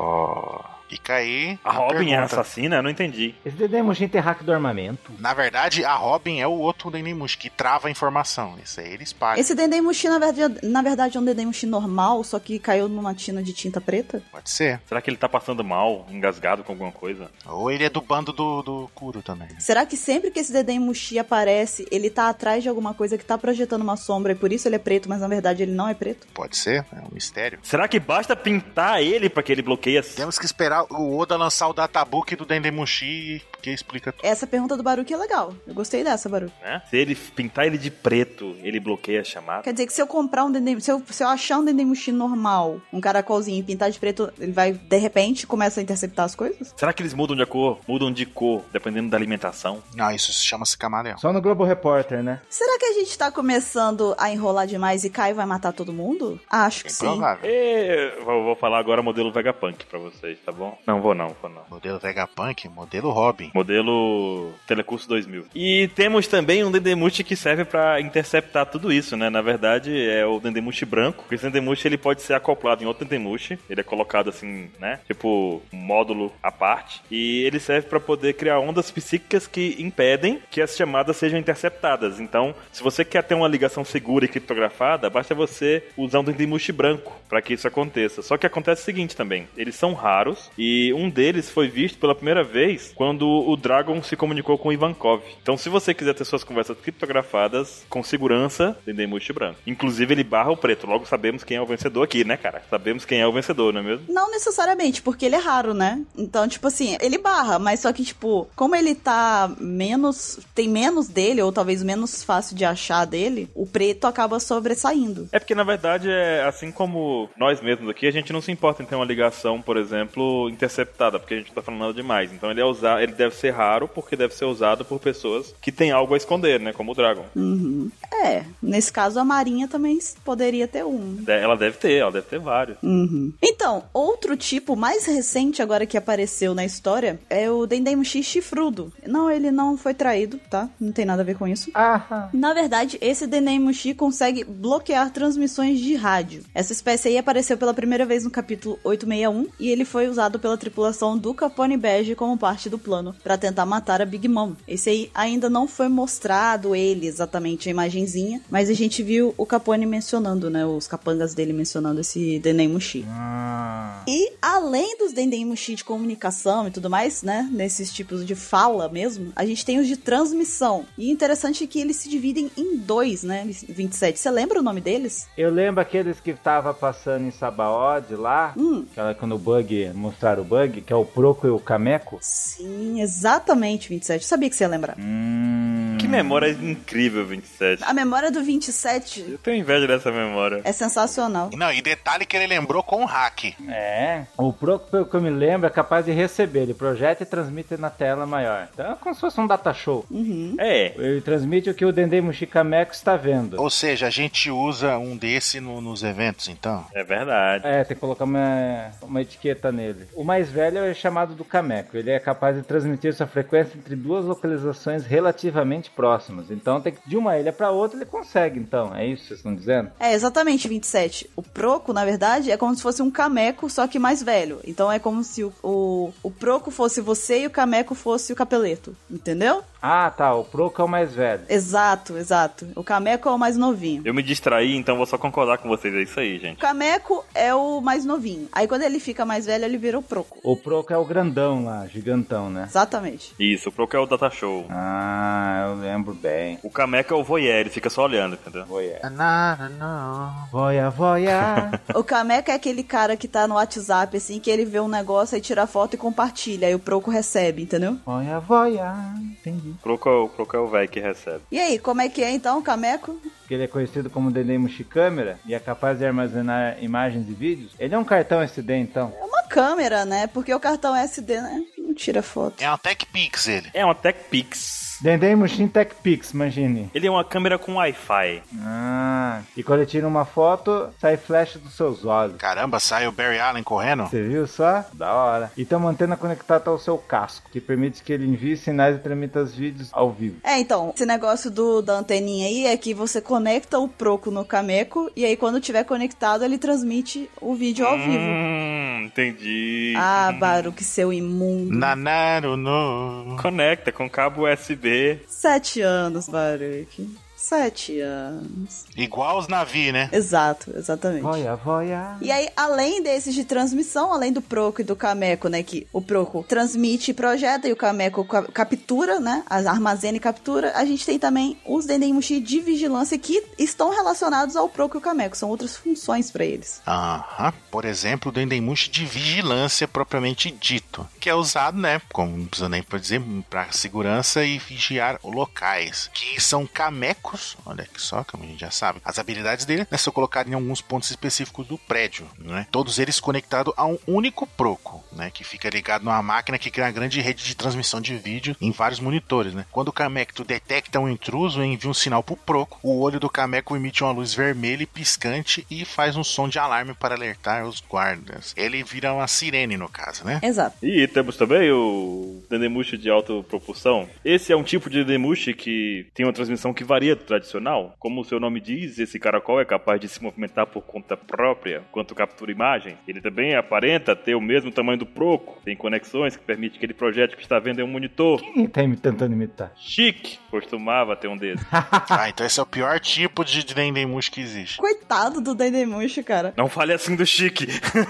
S1: só. Fica aí.
S3: A Robin é
S1: pergunta.
S3: assassina? Eu não entendi.
S4: Esse Dedemushin tem hack do armamento.
S1: Na verdade, a Robin é o outro Dendemushi que trava a informação. Isso aí ele espalha.
S2: Esse Dendemushi, na verdade, na verdade, é um Dendemushi normal, só que caiu numa tina de tinta preta?
S1: Pode ser.
S3: Será que ele tá passando mal, engasgado com alguma coisa?
S1: Ou ele é do bando do, do Kuro também. né?
S2: Será que sempre que esse Dendemushi aparece, ele tá atrás de alguma coisa que tá projetando uma sombra e por isso ele é preto, mas na verdade ele não é preto?
S1: Pode ser, é um mistério.
S3: Será que basta pintar ele pra que ele bloqueie as...
S1: Temos que esperar o Oda lançar o databook do Dendemushi, que explica tudo.
S2: Essa pergunta do Baruque é legal. Eu gostei dessa, Baruque.
S3: Né? Se ele pintar ele de preto, ele bloqueia a chamada.
S2: Quer dizer que se eu comprar um Dendemushi, se eu, se eu achar um Dendemushi normal, um caracolzinho e pintar de preto, ele vai, de repente, começa a interceptar as coisas?
S3: Será que eles mudam de cor? Mudam de cor, dependendo da alimentação?
S1: Não, isso chama-se camaleão.
S4: Só no Globo Repórter, né?
S2: Será que a gente tá começando a enrolar demais e Caio vai matar todo mundo? Acho que
S1: Bem
S2: sim.
S1: provável.
S3: E, vou, vou falar agora modelo Vegapunk pra vocês, tá bom? Não, vou não, vou não.
S1: Modelo Vegapunk, modelo Robin.
S3: Modelo Telecurso 2000. E temos também um Dendemushi que serve pra interceptar tudo isso, né? Na verdade, é o Dendemushi branco. Esse Dendemushi, ele pode ser acoplado em outro Dendemushi. Ele é colocado assim, né? Tipo, um módulo à parte. E ele serve pra poder criar ondas psíquicas que impedem que as chamadas sejam interceptadas. Então, se você quer ter uma ligação segura e criptografada, basta você usar um Dendemushi branco pra que isso aconteça. Só que acontece o seguinte também. Eles são raros e um deles foi visto pela primeira vez quando o Dragon se comunicou com o Ivankov. Então, se você quiser ter suas conversas criptografadas com segurança, Dendemushi branco. Inclusive, ele barra o preto. Logo sabemos quem é o vencedor aqui, né, cara? Sabemos quem é o vencedor, não é mesmo?
S2: Não necessariamente, porque ele é raro, né? Então, tipo assim, ele barra, mas só que, tipo, como ele tá menos. tem menos dele, ou talvez menos fácil de achar dele, o preto acaba sobressaindo.
S3: É porque, na verdade, é assim como nós mesmos aqui, a gente não se importa em ter uma ligação, por exemplo, interceptada, porque a gente não tá falando nada demais. Então ele é usar, ele deve ser raro, porque deve ser usado por pessoas que têm algo a esconder, né? Como o Dragon.
S2: Uhum. É, nesse caso a Marinha também s- poderia ter um.
S3: De- Ela deve ter, ela deve ter vários.
S2: Uhum. Então, outro tipo mais recente agora que apareceu na história é o Dendemushi chifrudo. Não, ele não foi traído, tá? Não tem nada a ver com isso.
S4: Ah,
S2: Na verdade, esse Dendemushi consegue bloquear transmissões de rádio. Essa espécie aí apareceu pela primeira vez no capítulo 861 e ele foi usado pela tripulação do Capone Bege como parte do plano para tentar matar a Big Mom. Esse aí ainda não foi mostrado ele exatamente. Eu imagino jovenzinha, mas a gente viu o Capone mencionando, né? Os capangas dele mencionando esse Denden Mushi.
S4: Ah,
S2: E além dos dendemushi de comunicação e tudo mais, né? Nesses tipos de fala mesmo, a gente tem os de transmissão. E interessante que eles se dividem em dois, né? 27. Você lembra o nome deles?
S4: eu lembro aqueles que tava passando em Sabaody lá,
S2: Hum.
S4: aquela quando o Bug, mostraram o Bug, que é o Proco e o Cameco.
S2: Sim, exatamente 27. Sabia que você ia lembrar.
S4: Hum.
S3: Que memória incrível, 27.
S2: A memória do 27
S3: Eu tenho inveja dessa memória.
S2: é sensacional.
S1: Não, e detalhe que ele lembrou com o hack.
S4: É, o Proco, pelo que eu me lembro, é capaz de receber, ele projeta e transmite na tela maior. Então é como se fosse um data show.
S2: Uhum.
S3: É.
S4: Ele transmite o que o Dendê Mushikameco está vendo.
S1: Ou seja, a gente usa um desse no- nos eventos, então.
S3: É verdade.
S4: É, tem que colocar uma, uma etiqueta nele. O mais velho é chamado do Cameco. Ele é capaz de transmitir sua frequência entre duas localizações relativamente próximas. Então tem que de uma ilha para outra ele consegue, então. É isso que vocês estão dizendo?
S2: É, exatamente 27. O Proco, na verdade, é como se fosse um cameco, só que mais velho. Então é como se o, o, o Proco fosse você e o cameco fosse o capeleto. Entendeu?
S4: Ah, tá. O Proco é o mais velho.
S2: Exato, exato. O Cameco é o mais novinho.
S3: Eu me distraí, então vou só concordar com vocês. É isso aí, gente.
S2: O Cameco é o mais novinho. Aí quando ele fica mais velho, ele vira o Proco.
S4: O Proco é o grandão lá, gigantão, né?
S2: Exatamente.
S3: Isso, o Proco é o Data Show.
S4: Ah, eu lembro bem.
S3: O Kamek é o voyeur, ele fica só olhando, entendeu?
S4: Voia.
S1: Não, não.
S4: Voia, voia.
S2: O Cameco é aquele cara que tá no WhatsApp, assim, que ele vê um negócio, aí tira foto e compartilha. Aí o Proco recebe, entendeu?
S4: Voia, voia. Entendi.
S3: O Proco é o, o Proco é o velho que recebe.
S2: E aí, como é que é então o Cameco?
S4: que ele é conhecido como Dendê Mushicâmera e é capaz de armazenar imagens e vídeos. Ele é um cartão SD, então.
S2: É uma câmera, né? Porque o cartão SD, né? Não tira foto.
S1: É um Tech Pix ele.
S3: É uma TechPix.
S4: Dendê Mushin Tech Pix, imagine.
S3: Ele é uma câmera com Wi-Fi.
S4: Ah, e quando ele tira uma foto, sai flash dos seus olhos.
S1: Caramba, sai o Barry Allen correndo.
S4: Você viu só? Da hora. E tem uma antena conectada ao seu casco, que permite que ele envie sinais e transmita os vídeos ao vivo.
S2: É, então, esse negócio do, da anteninha aí é que você conecta o Proco no Cameco e aí quando tiver conectado, ele transmite o vídeo ao vivo.
S3: Hum, entendi. Hum.
S2: Ah, Baruque, seu imundo.
S1: Nanaru no.
S3: Conecta com cabo USB.
S2: Sete anos, Baruque. Sete anos.
S1: Igual os navios, né?
S2: Exato, exatamente.
S4: Voia, voia.
S2: E aí, além desses de transmissão, além do Proco e do Cameco, né? Que o Proco transmite e projeta e o Cameco ca- captura, né? as- Armazena e captura. A gente tem também os Dendemushi de vigilância que estão relacionados ao Proco e o Cameco. São outras funções pra eles.
S1: Aham. Por exemplo, o Dendemushi de vigilância propriamente dito, que é usado, né, como não precisa nem pra dizer, para segurança e vigiar locais, que são camecos, olha que só, como a gente já sabe. As habilidades dele né, são colocadas em alguns pontos específicos do prédio, né? Todos eles conectados a um único proco, né, que fica ligado numa máquina que cria uma grande rede de transmissão de vídeo em vários monitores, né? Quando o Kamekto detecta um intruso e envia um sinal pro Proco, o olho do Kameko emite uma luz vermelha e piscante e faz um som de alarme para alertar os guardas. Ele vira uma sirene, no caso, né?
S2: Exato.
S3: E temos também o Dendemushi de autopropulsão. Esse é um tipo de Dendemushi que tem uma transmissão que varia do tradicional. Como o seu nome diz, esse caracol é capaz de se movimentar por conta própria, enquanto captura imagens. Ele também aparenta ter o mesmo tamanho do proco. Tem conexões que permite que ele projete o que está vendo em um monitor.
S4: Quem tá me tentando imitar?
S3: Chique! Costumava ter um desses.
S1: ah, então esse é o pior tipo de Dendemush que existe.
S2: Coitado do Dendemushi, cara.
S3: Não fale assim do chique!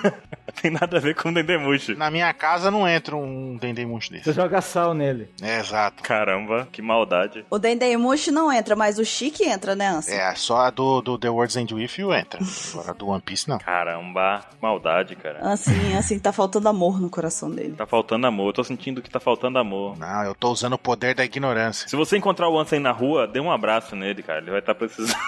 S3: tem nada a ver com o Dendemushi.
S1: Na minha casa não entra um Dendemush
S4: Você
S1: desse.
S4: joga sal nele.
S1: É, exato.
S3: Caramba, que maldade.
S2: O Dendemushi não entra, mas o Chique entra, né, Anson?
S1: É, só a do, do The World's End With You entra. Agora a do One Piece, não.
S3: Caramba, que maldade, cara.
S2: Assim, assim, tá faltando amor no coração dele.
S3: Tá faltando amor, eu tô sentindo que tá faltando amor.
S1: Não, eu tô usando o poder da ignorância.
S3: Se você encontrar o Ansem na rua, dê um abraço nele, cara. Ele vai estar precisando.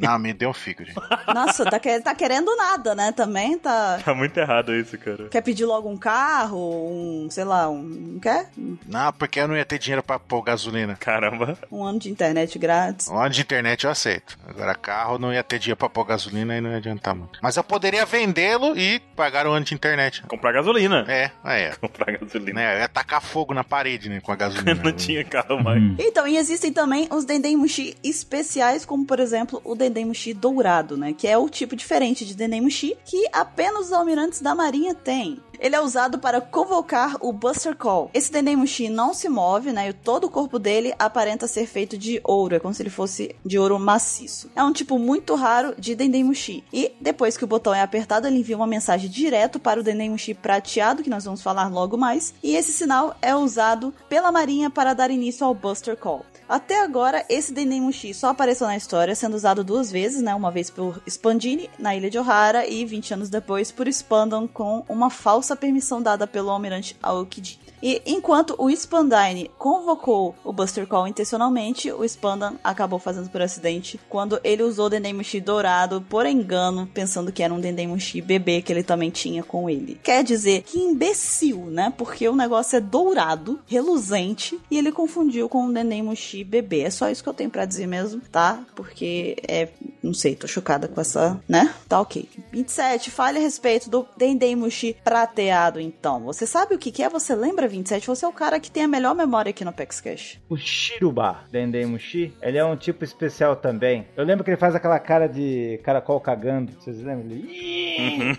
S1: Não, me deu um figure.
S2: Nossa, tá, que- tá querendo nada, né? Também tá.
S3: Tá muito errado isso, cara.
S2: Quer pedir logo um carro, um, sei lá, um. Não quer?
S1: Não, porque eu não ia ter dinheiro pra pôr gasolina.
S3: Caramba.
S2: Um ano de internet grátis.
S1: Onde de internet eu aceito. Agora, carro não ia ter dinheiro pra pôr gasolina e não ia adiantar muito. Mas eu poderia vendê-lo e pagar o ano de internet.
S3: Comprar gasolina.
S1: É, aí, ó.
S3: Comprar gasolina.
S1: Né, eu ia tacar fogo na parede, né, com a gasolina.
S3: Não tinha carro mais.
S2: Então, e existem também os Dendemushi especiais, como por exemplo o Dendemushi dourado, né? Que é o tipo diferente de Dendemushi que apenas os almirantes da Marinha tem. Ele é usado para convocar o Buster Call. Esse Dendemushi não se move, né? E todo o corpo dele aparenta ser feito de ouro, é como se ele fosse de ouro maciço. É um tipo muito raro de Dendemushi. E depois que o botão é apertado, ele envia uma mensagem direto para o Dendemushi um prateado, que nós vamos falar logo mais. E esse sinal é usado pela Marinha para dar início ao Buster Call. Até agora, esse Dendemushi um só apareceu na história, sendo usado duas vezes, né? Uma vez por Spandini na ilha de O'Hara e 20 anos depois por Spandam com uma falsa permissão dada pelo almirante Aokiji. E enquanto o Spandine convocou o Buster Call intencionalmente, o Spandan acabou fazendo por acidente quando ele usou o Dendemushi dourado por engano, pensando que era um Dendemushi bebê que ele também tinha com ele. Quer dizer, que imbecil, né? Porque o negócio é dourado, reluzente, e ele confundiu com um Dendemushi bebê. É só isso que eu tenho pra dizer mesmo, tá? Porque é. Não sei, tô chocada com essa. né? Tá ok. 27. Fale a respeito do Dendemushi prateado, então. Você sabe o que, que é? Você lembra, 27? Você é o cara que tem a melhor memória aqui no PaxCash.
S4: O Shiruba Dendemushi, ele é um tipo especial também. Eu lembro que ele faz aquela cara de caracol cagando. Vocês lembram? Ele...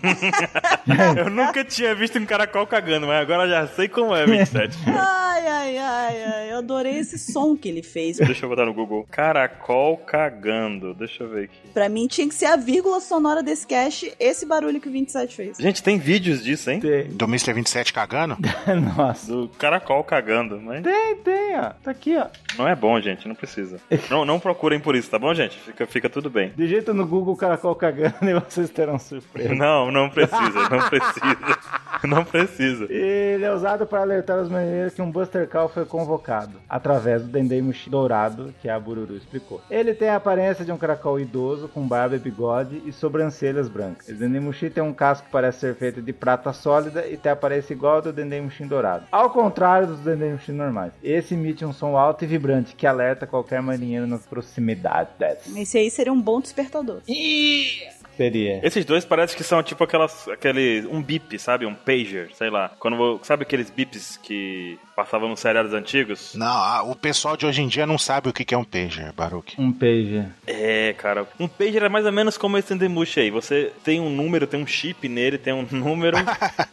S3: Eu nunca tinha visto um caracol cagando, mas agora já sei como é 27.
S2: Ai, ai, ai, ai. Eu adorei esse som que ele fez.
S3: Deixa eu botar no Google. Caracol cagando. Deixa eu ver aqui.
S2: Pra mim tinha que ser a vírgula sonora desse cast, esse barulho que o 27 fez.
S3: Gente, tem vídeos disso, hein?
S1: Do Mr. 27 cagando?
S4: Nossa.
S3: Do caracol cagando, mas
S4: Tem, tem, ó. Tá aqui, ó.
S3: não é bom, gente. Não precisa. Não, não procurem por isso, tá bom, gente? Fica, fica tudo bem.
S4: Digita no Google caracol cagando e vocês terão surpresa.
S3: Não, não precisa, não precisa. Não precisa.
S4: Ele é usado para alertar os marinheiros que um Buster Call foi convocado, através do Dendemushi dourado, que a Bururu explicou. Ele tem a aparência de um caracol idoso, com barba e bigode e sobrancelhas brancas. O Dendemushi tem um casco que parece ser feito de prata sólida e tem a aparência igual ao do Dendemushi dourado. Ao contrário dos Dendemushi normais, esse emite um som alto e vibrante, que alerta qualquer marinheiro nas proximidades.
S2: Esse aí seria um bom despertador.
S4: Seria.
S3: Esses dois parece que são tipo aquelas, aquele, um bip, sabe? Um pager, sei lá. Quando, vo- sabe aqueles bips que passavam nos seriados antigos?
S1: Não, ah, o pessoal de hoje em dia não sabe o que que é um pager, Baruque.
S4: Um peixe.
S3: É, cara. Um pager é mais ou menos como esse Endemush aí. Você tem um número, tem um chip nele, tem um número.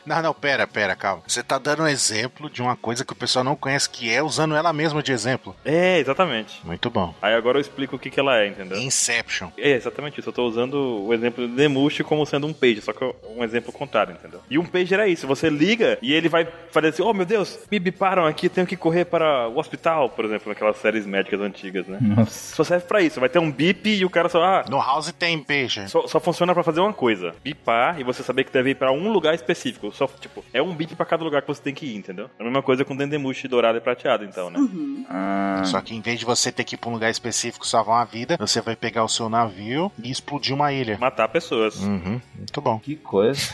S1: Não, não, pera, pera, calma. Você tá dando um exemplo de uma coisa que o pessoal não conhece, que é usando ela mesma de exemplo.
S3: é, exatamente.
S1: Muito bom.
S3: Aí agora eu explico o que, que ela é, entendeu?
S1: Inception.
S3: É exatamente isso. Eu tô usando o exemplo do Demush como sendo um pager, só que é um exemplo contrário, entendeu? E um pager é isso. Você liga e ele vai fazer assim: oh meu Deus, me biparam aqui, tenho que correr para o hospital, por exemplo, naquelas séries médicas antigas, né?
S4: Nossa.
S3: Só serve pra isso. Vai ter um bip e o cara só. Ah,
S1: No House tem pager.
S3: só, só funciona pra fazer uma coisa: bipar e você saber que deve ir pra um lugar específico. Só, tipo, é um bip pra cada lugar que você tem que ir, entendeu? É a mesma coisa com o Dendemush dourado e prateado, então, né?
S1: Só que em vez de você ter que ir pra um lugar específico salvar uma vida, você vai pegar o seu navio e explodir uma ilha.
S3: Matar pessoas.
S1: Uhum, muito bom.
S4: Que coisa.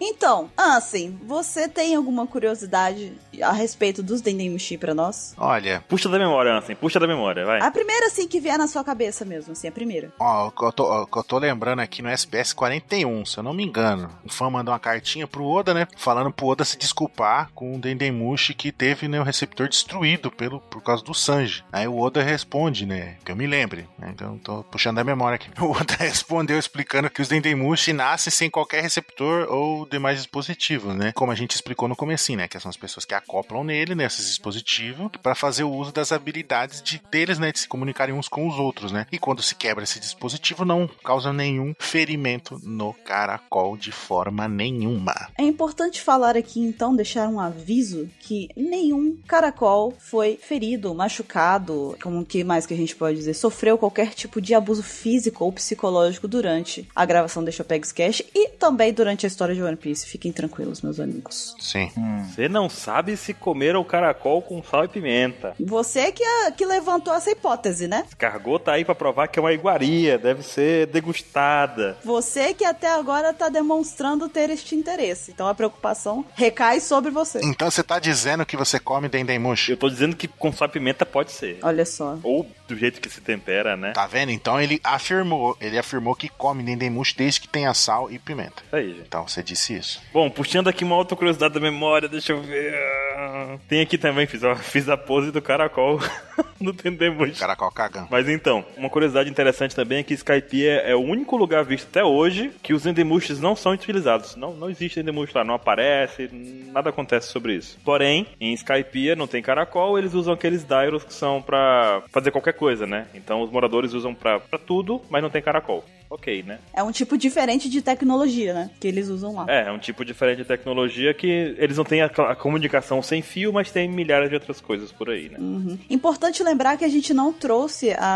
S2: Então, Ansem, você tem alguma curiosidade a respeito dos Dendemushi pra nós?
S1: Olha,
S3: Puxa da memória, Ansem, puxa da memória, vai.
S2: A primeira, assim, que vier na sua cabeça mesmo, assim, a primeira.
S1: ó, o que eu tô, ó, o que eu tô lembrando aqui no SBS 41, se eu não me engano. Um fã mandou uma cartinha pro Oda, né? Falando pro Oda se desculpar com o Dendemushi que teve né, o receptor destruído pelo, por causa do Sanji. Aí o Oda responde, né? Que eu me lembre. né, Então tô puxando da memória aqui. O Oda respondeu explicando que os Dendemushi nascem sem qualquer receptor ou demais dispositivos, né? Como a gente explicou no comecinho, né? Que são as pessoas que acoplam nele, né? Esses dispositivos, para fazer o uso das habilidades de, deles, né? De se comunicarem uns com os outros, né? E quando se quebra esse dispositivo, não causa nenhum ferimento no caracol de forma nenhuma.
S2: É importante falar aqui, então, deixar um aviso que nenhum caracol foi ferido, machucado, como que mais que a gente pode dizer, sofreu qualquer tipo de abuso físico ou psicológico durante a gravação deste Apex Cash e também durante a história de One Piece. Fiquem tranquilos, meus amigos.
S1: Sim.
S3: Você não sabe se comeram o caracol com sal e pimenta.
S2: Você que, é- que levantou essa hipótese, né?
S3: Cargou tá aí pra provar que é uma iguaria, deve ser degustada.
S2: Você que até agora tá demonstrando ter este interesse. Então a preocupação recai sobre você.
S1: Então você tá dizendo que você come Dendemushi?
S3: Eu tô dizendo que com sal e pimenta pode ser.
S2: Olha só.
S3: Ou do jeito que se tempera, né?
S1: Tá vendo? Então ele afirmou, ele afirmou que come Dendemushi desde que tenha sal e pimenta.
S3: Isso aí, gente.
S1: Então você disse isso.
S3: Bom, puxando aqui uma outra curiosidade da memória, deixa eu ver. Tem aqui também, fiz, ó, fiz a pose do caracol. não entendemos.
S1: Caracol cagão.
S3: Mas então, uma curiosidade interessante também é que Skype é, é o único lugar visto até hoje que os endemushes não são utilizados. Não, não existe endemush lá, não aparece, nada acontece sobre isso. Porém, em Skype não tem caracol, eles usam aqueles dairos que são pra fazer qualquer coisa, né? Então os moradores usam pra, pra tudo, mas não tem caracol. Ok, né?
S2: É um tipo diferente de tecnologia, né? Que eles usam lá.
S3: É, é um tipo diferente de tecnologia que eles não têm a, a comunicação sem fio, mas tem milhares de outras coisas por aí, né?
S2: Uhum. Importante lembrar que a gente não trouxe a.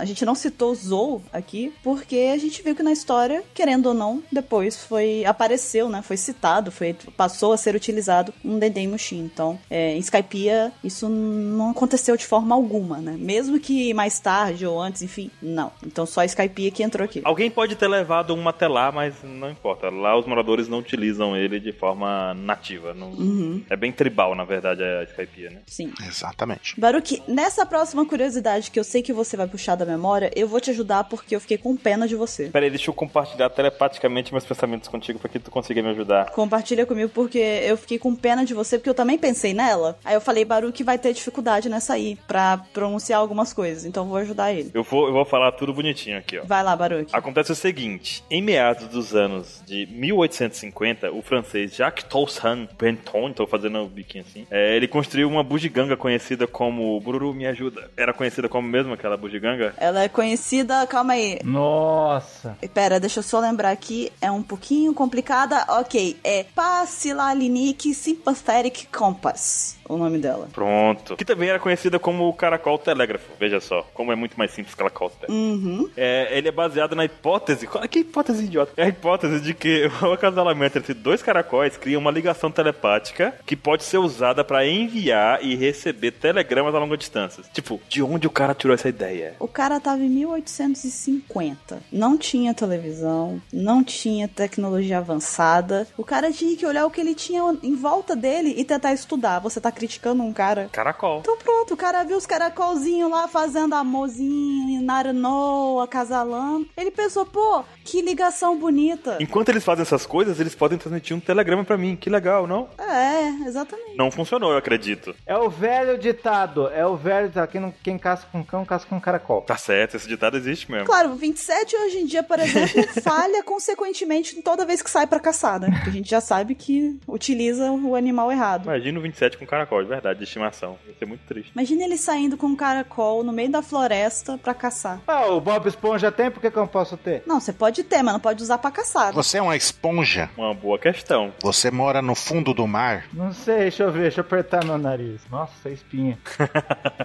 S2: A gente não citou Zou aqui, porque a gente viu que na história, querendo ou não, depois foi. apareceu, né? Foi citado, foi, passou a ser utilizado um Dendem Mushin. Então, é, em Skypiea, isso não aconteceu de forma alguma, né? Mesmo que mais tarde ou antes, enfim, não. Então só a Skypiea que entrou aqui.
S3: Alguém pode ter levado um até lá, mas não importa. Lá os moradores não utilizam ele de forma nativa. não-
S2: Uhum.
S3: É bem tribal, na verdade, a Skypiea, né?
S2: Sim.
S1: Exatamente.
S2: Baruque, nessa próxima curiosidade que eu sei que você vai puxar da memória, eu vou te ajudar porque eu fiquei com pena de você.
S3: Peraí, deixa eu compartilhar telepaticamente meus pensamentos contigo pra que tu consiga me ajudar.
S2: Compartilha comigo porque eu fiquei com pena de você, porque eu também pensei nela. Aí eu falei, Baruque vai ter dificuldade nessa aí pra pronunciar algumas coisas, então eu vou ajudar ele.
S3: Eu vou, eu vou falar tudo bonitinho aqui, ó.
S2: Vai lá, Baruque.
S3: Acontece o seguinte: em meados dos anos de 1850, o francês Jacques Toussaint Benton, tô fazendo o biquinho assim, é, ele construiu uma bugiganga conhecida como Bururu me ajuda. Era conhecida como mesmo aquela bugiganga?
S2: Ela é conhecida, calma aí.
S4: Nossa!
S2: Pera, deixa eu só lembrar aqui, é um pouquinho complicada. Ok, é Passilalinik Sympathetic Compass, o nome dela.
S3: Pronto. Que também era conhecida como o caracol telégrafo. Veja só, como é muito mais simples que ela corta.
S2: Uhum.
S3: É, ele é baseado na hipótese. Qual- Que hipótese idiota? É a hipótese de que o acasalamento entre dois caracóis cria uma ligação telepática que pode ser usada pra enviar e receber telegramas a longa distância. Tipo, de onde o cara tirou essa ideia?
S2: O cara tava em 1850. Não tinha televisão, não tinha tecnologia avançada. O cara tinha que olhar o que ele tinha em volta dele e tentar estudar. Você tá criticando um cara?
S3: Caracol.
S2: Então pronto, o cara viu os caracolzinhos lá fazendo amorzinho, naranô, acasalando. Ele pensou, pô, que ligação bonita.
S3: Enquanto eles fazem essas coisas, eles podem transmitir um telegrama pra mim. Que legal, não?
S2: É, exatamente.
S3: Não funcionou, eu acredito.
S4: É o velho ditado, é o velho ditado. Quem, não, quem casca com cão, casca com caracol.
S3: Tá certo, esse ditado existe mesmo.
S2: Claro, 27 hoje em dia, por exemplo, falha consequentemente toda vez que sai pra caçar, né? Porque a gente já sabe que utiliza o animal errado.
S3: Imagina o 27 com caracol, de verdade, de estimação. Ia ser muito triste.
S2: Imagina ele saindo com um caracol no meio da floresta pra caçar.
S4: Ah, o Bob Esponja tem, por que, que eu não posso ter?
S2: Não, você pode ter, mas não pode usar pra caçar.
S1: Você é uma esponja?
S3: Uma boa questão.
S1: Você mora no fundo do mar?
S4: Não sei, deixa eu ver, deixa eu apertar meu nariz. Nossa, espinha.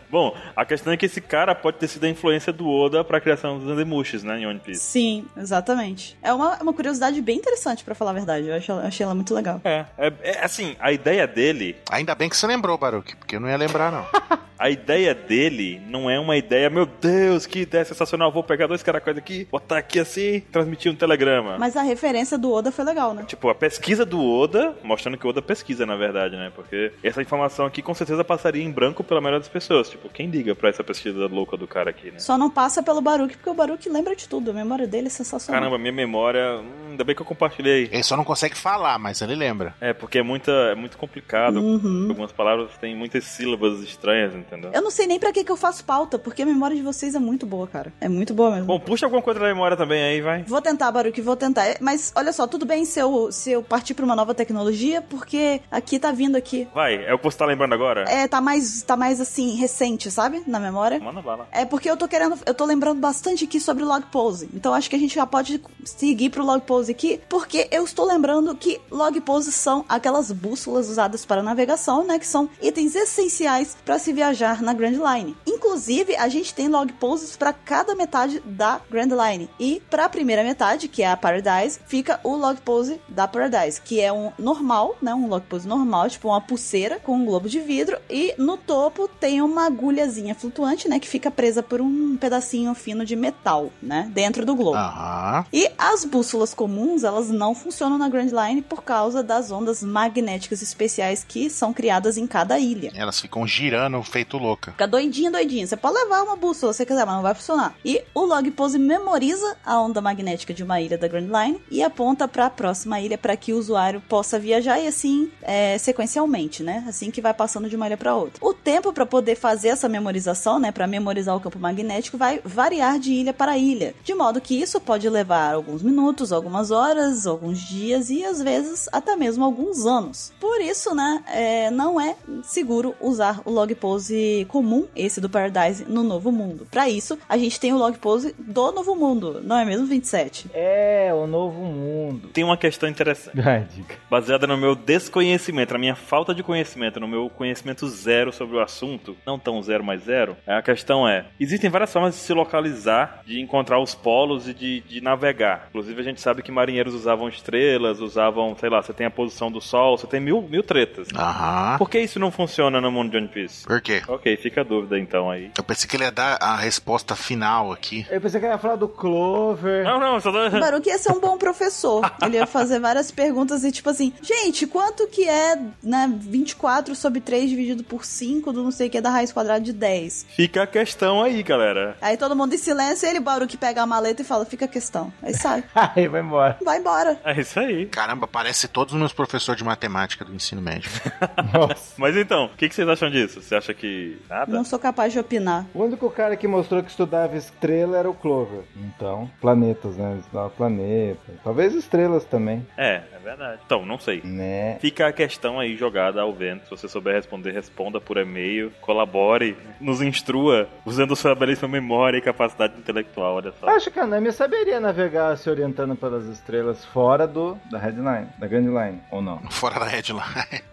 S3: Bom, a questão é que esse cara pode ter sido a influência do Oda pra criação dos Andemushes, né, em One Piece.
S2: Sim, exatamente. É uma, uma curiosidade bem interessante, pra falar a verdade. Eu acho ela- achei ela muito legal.
S3: É, é, é, assim, a ideia dele,
S1: Ainda bem que você lembrou, Baruque, porque eu não ia lembrar, não.
S3: a ideia dele não é uma ideia, meu Deus, que ideia sensacional, vou pegar dois caracóis aqui, botar aqui assim, transmitir um telegrama.
S2: Mas a referência do Oda foi legal, né?
S3: Tipo, a pesquisa do Oda, mostrando que o Oda pesquisa, na verdade, né? Porque essa informação aqui com certeza passaria em branco pela maioria das pessoas. Tipo, quem liga pra essa pesquisa louca do cara aqui, né?
S2: Só não passa pelo Baruque, porque o Baruque lembra de tudo. A memória dele é sensacional.
S3: Caramba, minha memória, hum, ainda bem que eu compartilhei.
S1: Ele só não consegue falar, mas ele lembra.
S3: É, porque é, muita, é muito complicado.
S2: Uhum.
S3: Algumas palavras têm muitas sílabas estranhas, entendeu?
S2: Eu não sei nem pra que, que eu faço pauta, porque a memória de vocês é muito boa, cara. É muito boa mesmo.
S3: Bom, puxa alguma coisa da memória também aí, vai.
S2: Vou tentar, Baruque, vou tentar. É, Mas olha só, tudo bem se eu, se eu partir pra uma nova tecnologia, porque aqui tá vindo aqui.
S3: Vai, é o que você tá lembrando agora?
S2: É, tá mais, tá mais assim, recente, sabe? Na memória.
S3: Manda bala.
S2: É porque eu tô querendo, eu tô lembrando bastante aqui sobre o log pose. Então acho que a gente já pode seguir pro log pose aqui, porque eu estou lembrando que log pose são aquelas bússolas usadas para navegação, né, que são itens essenciais para se viajar na Grand Line. Inclusive, a gente tem log poses para cada metade da Grand Line e para a primeira metade, que é a Paradise, fica o log pose da Paradise, que é um normal, né, um log pose normal, tipo uma pulseira com um globo de vidro e no topo tem uma agulhazinha flutuante, né, que fica presa por um pedacinho fino de metal, né, dentro do globo.
S1: Ah. Aham.
S2: E as bússolas comuns, elas não funcionam na Grand Line por causa das ondas magnéticas especiais que são criadas em cada ilha.
S1: Elas ficam girando, feito louca.
S2: Fica doidinha, doidinha. Você pode levar uma bússola se você quiser, mas não vai funcionar. E o log pose memoriza a onda magnética de uma ilha da Grand Line e aponta para a próxima ilha para que o usuário possa viajar e assim é, sequencialmente, né? Assim que vai passando de uma ilha para outra. O tempo para poder fazer essa memorização, né, para memorizar o campo magnético, vai variar de ilha para ilha, de modo que isso pode levar alguns minutos, algumas horas, alguns dias e às vezes até mesmo alguns anos. Por isso, né, é, não é seguro usar o log pose comum, esse do Paradise, no Novo Mundo. Para isso, a gente tem o log pose do Novo Mundo, não é mesmo 27?
S4: É, o novo mundo.
S3: Tem uma questão interessante,
S4: Ah, diga.
S3: baseada no meu desconhecimento, na minha falta de conhecimento, no meu conhecimento zero sobre o assunto, não tão zero mais zero. A questão é: existem várias formas de se localizar, de encontrar os polos e de, de navegar. Inclusive, a gente sabe que marinheiros usavam estrelas, usavam, sei lá, você tem a posição do sol, você tem mil, mil tretas.
S2: Ah.
S1: Aham.
S3: Por que isso não funciona no mundo de One Piece?
S1: Por quê?
S3: Ok, fica a dúvida então aí.
S1: Eu pensei que ele ia dar a resposta final aqui.
S4: Eu pensei que ia falar do Clover.
S3: Não, não, só tô...
S2: Baruch ia ser um bom professor. Ele ia fazer várias perguntas e tipo assim, gente, quanto que é, né, 24 sobre 3 dividido por 5 do não sei o que da raiz quadrada de 10?
S3: Fica a questão aí, galera.
S2: Aí todo mundo em silêncio, ele, Baruch, pega a maleta e fala, fica a questão. Aí sai,
S4: Aí vai embora.
S2: vai embora.
S3: É isso aí.
S1: Caramba, parece todos os meus professores de matemática do ensino médio.
S4: Nossa.
S3: Mas então, o que, que vocês acham disso? Você acha que nada?
S2: Não sou capaz de opinar.
S4: O único cara que mostrou que estudava estrela era o Clover. Então, planetas, né? Ele Estudava planeta. Talvez estrelas também,
S3: É, é verdade. Então, não sei.
S4: né?
S3: Fica a questão aí jogada ao vento. Se você souber responder, responda por e-mail, colabore, nos instrua, usando sua belíssima memória e capacidade intelectual, olha só.
S4: Acho que a Nami saberia navegar se orientando pelas estrelas fora do da headline, da Grand Line, ou não?
S1: Fora da headline.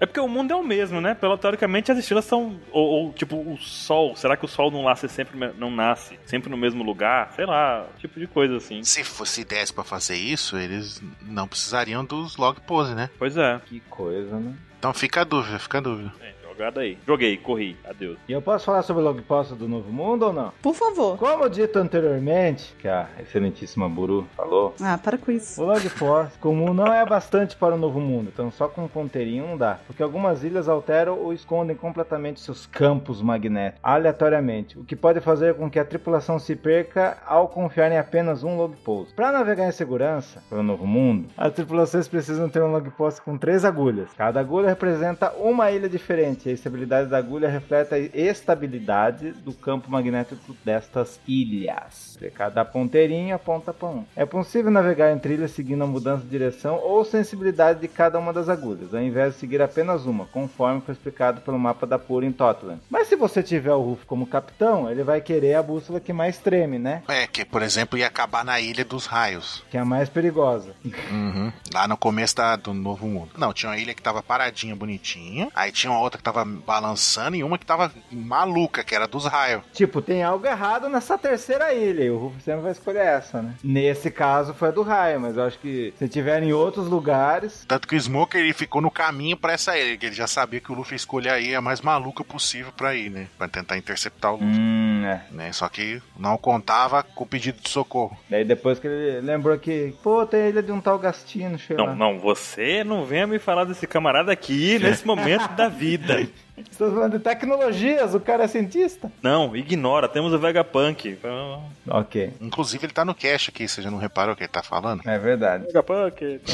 S3: É porque o mundo é o mesmo, né? Pela, teoricamente, as estrelas são. Ou, ou, tipo, o sol. Será que o sol não nasce sempre, me- não nasce? Sempre no mesmo lugar? Sei lá, tipo de coisa assim.
S1: Se fosse desse pra fazer isso, eles não precisariam dos log pose, né?
S3: Pois é.
S4: Que coisa, né?
S1: Então fica a dúvida, fica a dúvida.
S3: É, Jogada aí. Joguei, corri. Adeus.
S4: E eu posso falar sobre o log post do Novo Mundo ou não?
S2: Por favor.
S4: Como dito anteriormente, que a excelentíssima Buru falou,
S2: Ah, para com isso.
S4: o log post comum não é bastante para o Novo Mundo, então só com um ponteirinho não dá, porque algumas ilhas alteram ou escondem completamente seus campos magnéticos, aleatoriamente, o que pode fazer com que a tripulação se perca ao confiar em apenas um log post. Para navegar em segurança para o Novo Mundo, as tripulações precisam ter um log post com três agulhas. Cada agulha representa uma ilha diferente. A estabilidade da agulha reflete a estabilidade do campo magnético destas ilhas. Cada ponteirinho aponta para um. É possível navegar entre ilhas seguindo a mudança de direção ou sensibilidade de cada uma das agulhas, ao invés de seguir apenas uma, conforme foi explicado pelo mapa da Pura em Totland. Mas se você tiver o Ruff como capitão, ele vai querer a bússola que mais treme, né?
S1: É, que, por exemplo, ia acabar na Ilha dos Raios.
S4: Que é a mais perigosa.
S1: Uhum. Lá no começo da- do Novo Mundo. Não, tinha uma ilha que tava paradinha, bonitinha. Aí tinha uma outra que tava balançando e uma que tava maluca, que era dos raios.
S4: Tipo, tem algo errado nessa terceira ilha. E o Rufus sempre vai escolher essa, né? Nesse caso foi a do raio, mas eu acho que se tiver em outros lugares.
S1: Tanto que o Smoker ele ficou no caminho pra essa ilha, que ele já sabia que o Luffy escolhia a ilha mais maluca possível pra ir, né? Pra tentar interceptar o Luffy.
S4: Hum, é.
S1: Né? Só que não contava com o pedido de socorro.
S4: Daí depois que ele lembrou que, pô, tem a ilha de um tal Gastino, sei
S3: Não,
S4: lá.
S3: não, você não venha me falar desse camarada aqui nesse momento da vida.
S4: Estamos falando de tecnologias, o cara é cientista.
S3: Não, ignora, temos o Vegapunk. Ah,
S4: Ok,
S1: Inclusive, ele tá no cash aqui, você já não reparou o que ele tá falando?
S4: é verdade.
S3: Vegapunk. tá.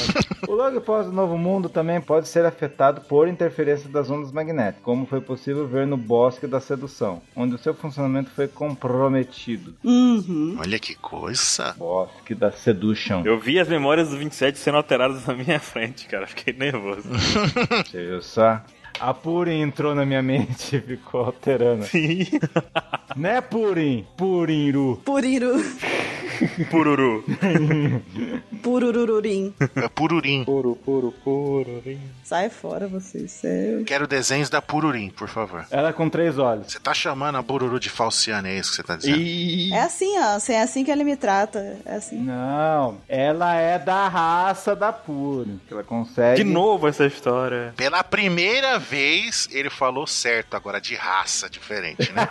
S4: O log pós do Novo Mundo também pode ser afetado por interferência das ondas magnéticas, como foi possível ver no Bosque da Sedução, onde o seu funcionamento foi comprometido.
S2: Uhum.
S1: Olha que coisa.
S4: Bosque da Seduction.
S3: Eu vi as memórias do 27 sendo alteradas na minha frente, cara. Fiquei nervoso.
S4: Você viu só? A Purim entrou na minha mente e ficou alterando.
S3: Sim.
S4: né, Purim? Puriru.
S2: Puriru,
S3: Pururu.
S2: pururururim.
S1: É Pururim.
S3: Puru, puru, puru.
S2: Sai fora é- vocês, sério.
S1: Quero desenhos da Pururim, por favor.
S4: Ela com três olhos.
S1: Você tá chamando a Bururu de falciane, é isso que você tá dizendo?
S3: E...
S2: É assim, Ansem, é assim que ele me trata. É assim.
S4: Não, ela é da raça da Purim. Ela consegue.
S3: De novo essa história.
S1: Pela primeira vez, ele falou certo, agora de raça, diferente, né?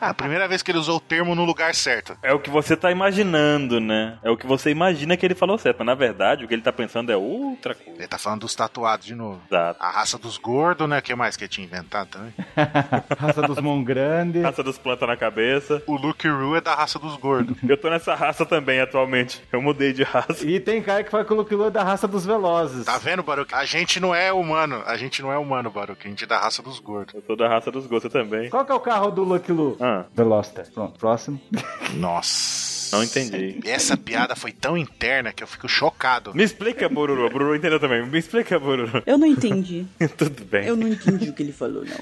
S1: É a primeira vez que ele usou o termo no lugar certo.
S3: É o que você tá imaginando, né? É o que você imagina que ele falou certo, mas na verdade o que ele tá pensando é outra coisa.
S1: Ele tá falando dos tatuados de novo.
S3: Exato.
S1: A raça dos gordos, né? que mais que ele tinha inventado também?
S4: Raça dos Mão Grande.
S3: Raça dos plantas na cabeça.
S1: O Luke Roo é da raça dos gordos.
S3: Eu tô nessa raça também atualmente. Eu mudei de raça.
S4: E tem cara que fala que o Luke Lu é da raça dos Velozes.
S1: Tá vendo, Baruque? A gente não é humano. A gente não é humano, Baruque. A gente é da raça dos gordos.
S3: Eu tô da raça dos gostos também.
S4: Qual que é o carro do Luke Lu?
S3: Ah,
S4: Veloster. Pronto, próximo.
S1: Nossa.
S3: não entendi.
S1: Essa piada foi tão interna que eu fico chocado.
S3: Me explica, Bururu. A Bururu entendeu também. Me explica, Bururu.
S2: Eu não entendi.
S3: Tudo bem.
S2: Eu não entendi o que ele falou, não.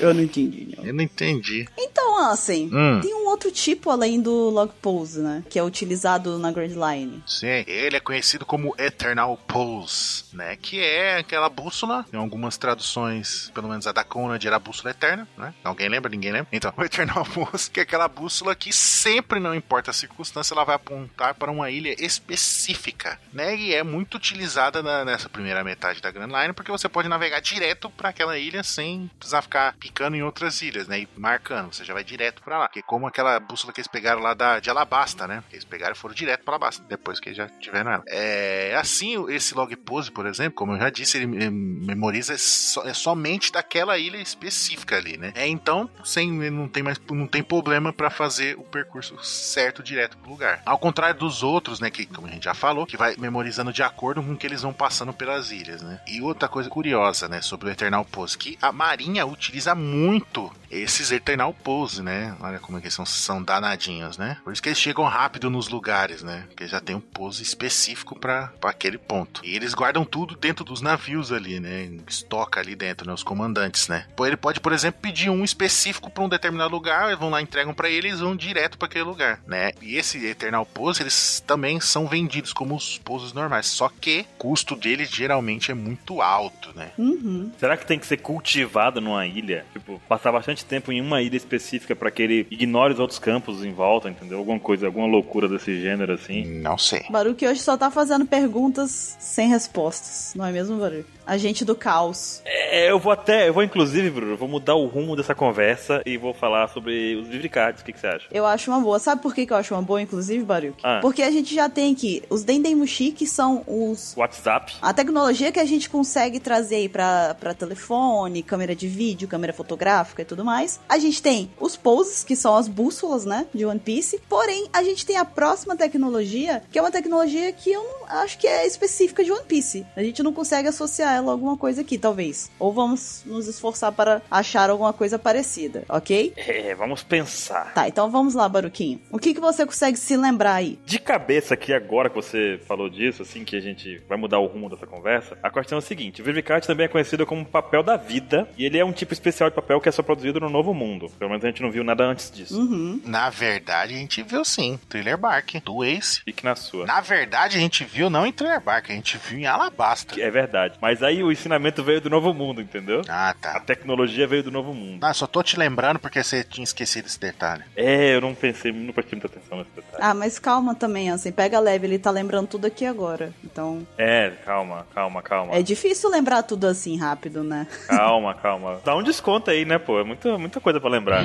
S2: Eu não entendi, não.
S1: Eu não entendi.
S2: Então, Ansem,
S1: Hum.
S2: tem um outro tipo além do log pose, né? Que é utilizado na Grand Line.
S1: Sim, ele é conhecido como Eternal Pulse, né? Que é aquela bússola. Em algumas traduções, pelo menos a da Conrad era a bússola eterna, né? Alguém lembra? Ninguém lembra? Então, o Eternal Pulse, que é aquela bússola que sempre, não importa a circunstância, ela vai apontar para uma ilha específica, né? E é muito utilizada na- nessa primeira metade da Grand Line, porque você pode navegar direto para aquela ilha sem precisar ficar picando em outras ilhas, né? E marcando, você já vai direto para lá. Porque como aquela bússola que eles pegaram lá da, de Alabasta, né? Eles pegaram e foram direto para Alabasta, depois que já tiveram ela. É, assim, esse log pose, por exemplo, como eu já disse, ele eh, memoriza so- eh, somente daquela ilha específica ali, né? É, então, sem, ele não tem mais não tem problema para fazer o percurso certo direto pro lugar. Ao contrário dos outros, né, que como a gente já falou, que vai memorizando de acordo com o que eles vão passando pelas ilhas, né? E outra coisa curiosa, né, sobre o Eternal Pose, que a Marinha utiliza muito esses Eternal Pose, né? Olha como é que são, são danadinhos, né? Por isso que eles chegam rápido nos lugares, né? Porque já tem um pose específico para aquele ponto. E eles guardam tudo dentro dos navios ali, né? Estoca ali dentro, né? Os comandantes, né? Pô, Ele pode, por exemplo, pedir um específico para um determinado lugar, eles vão lá, entregam para ele, eles vão direto para aquele lugar, né? E esse Eternal Pose, eles também são vendidos como os poses normais, só que o custo deles geralmente é muito alto, né?
S2: Uhum.
S3: Será que tem que ser cultivado numa ilha? Tipo, passar bastante tempo em uma ilha específica pra que ele ignore os outros campos em volta, entendeu? Alguma coisa, alguma loucura desse gênero assim.
S1: Não sei.
S2: Baruque hoje só tá fazendo perguntas sem respostas, não é mesmo, Baruque? Agente do caos.
S3: É, eu vou até, eu vou inclusive, Bruno, eu vou mudar o rumo dessa conversa e vou falar sobre os livricards. O que, que você acha?
S2: Eu acho uma boa. Sabe por que, que eu acho uma boa, inclusive, Baruque?
S3: Ah.
S2: Porque a gente já tem aqui os Dendemushi, que são os
S3: WhatsApp?
S2: A tecnologia que a gente consegue trazer aí pra, pra telefone, câmera de vídeo, câmera fotográfica e tudo mais. A gente tem os poses, que são as bússolas, né, de One Piece. Porém, a gente tem a próxima tecnologia, que é uma tecnologia que eu não acho que é específica de One Piece. A gente não consegue associar ela a alguma coisa aqui, talvez. Ou vamos nos esforçar para achar alguma coisa parecida, ok?
S3: É, vamos pensar.
S2: Tá, então vamos lá, Baruquinho. O que, que você consegue se lembrar aí?
S3: De cabeça aqui, agora que você falou disso, assim, que a gente vai mudar o rumo dessa conversa, a questão é o seguinte: o Vivicard também é conhecido como papel da vida, e ele é um tipo especial de papel que é só produzido no Novo Mundo. Pelo menos a gente não viu nada antes disso.
S2: Uhum.
S1: Na verdade, a gente viu sim, Thriller Bark, do Ace.
S3: Fique na sua.
S1: Na verdade, a gente viu não em Thriller Bark, a gente viu em Alabasta.
S3: É verdade. Mas aí o ensinamento veio do Novo Mundo, entendeu?
S1: Ah,
S3: A
S1: tá.
S3: tecnologia veio do Novo Mundo.
S1: Ah, só tô te lembrando porque você tinha esquecido esse detalhe.
S3: É, eu não pensei, não prestei muita atenção nesse detalhe.
S2: Ah, mas calma também, assim, pega leve, ele tá lembrando tudo aqui agora. Então,
S3: É, calma, calma, calma.
S2: É difícil lembrar tudo assim rápido, né?
S3: Calma, calma. Dá um desconto aí, né, pô? É muita, muita coisa pra lembrar.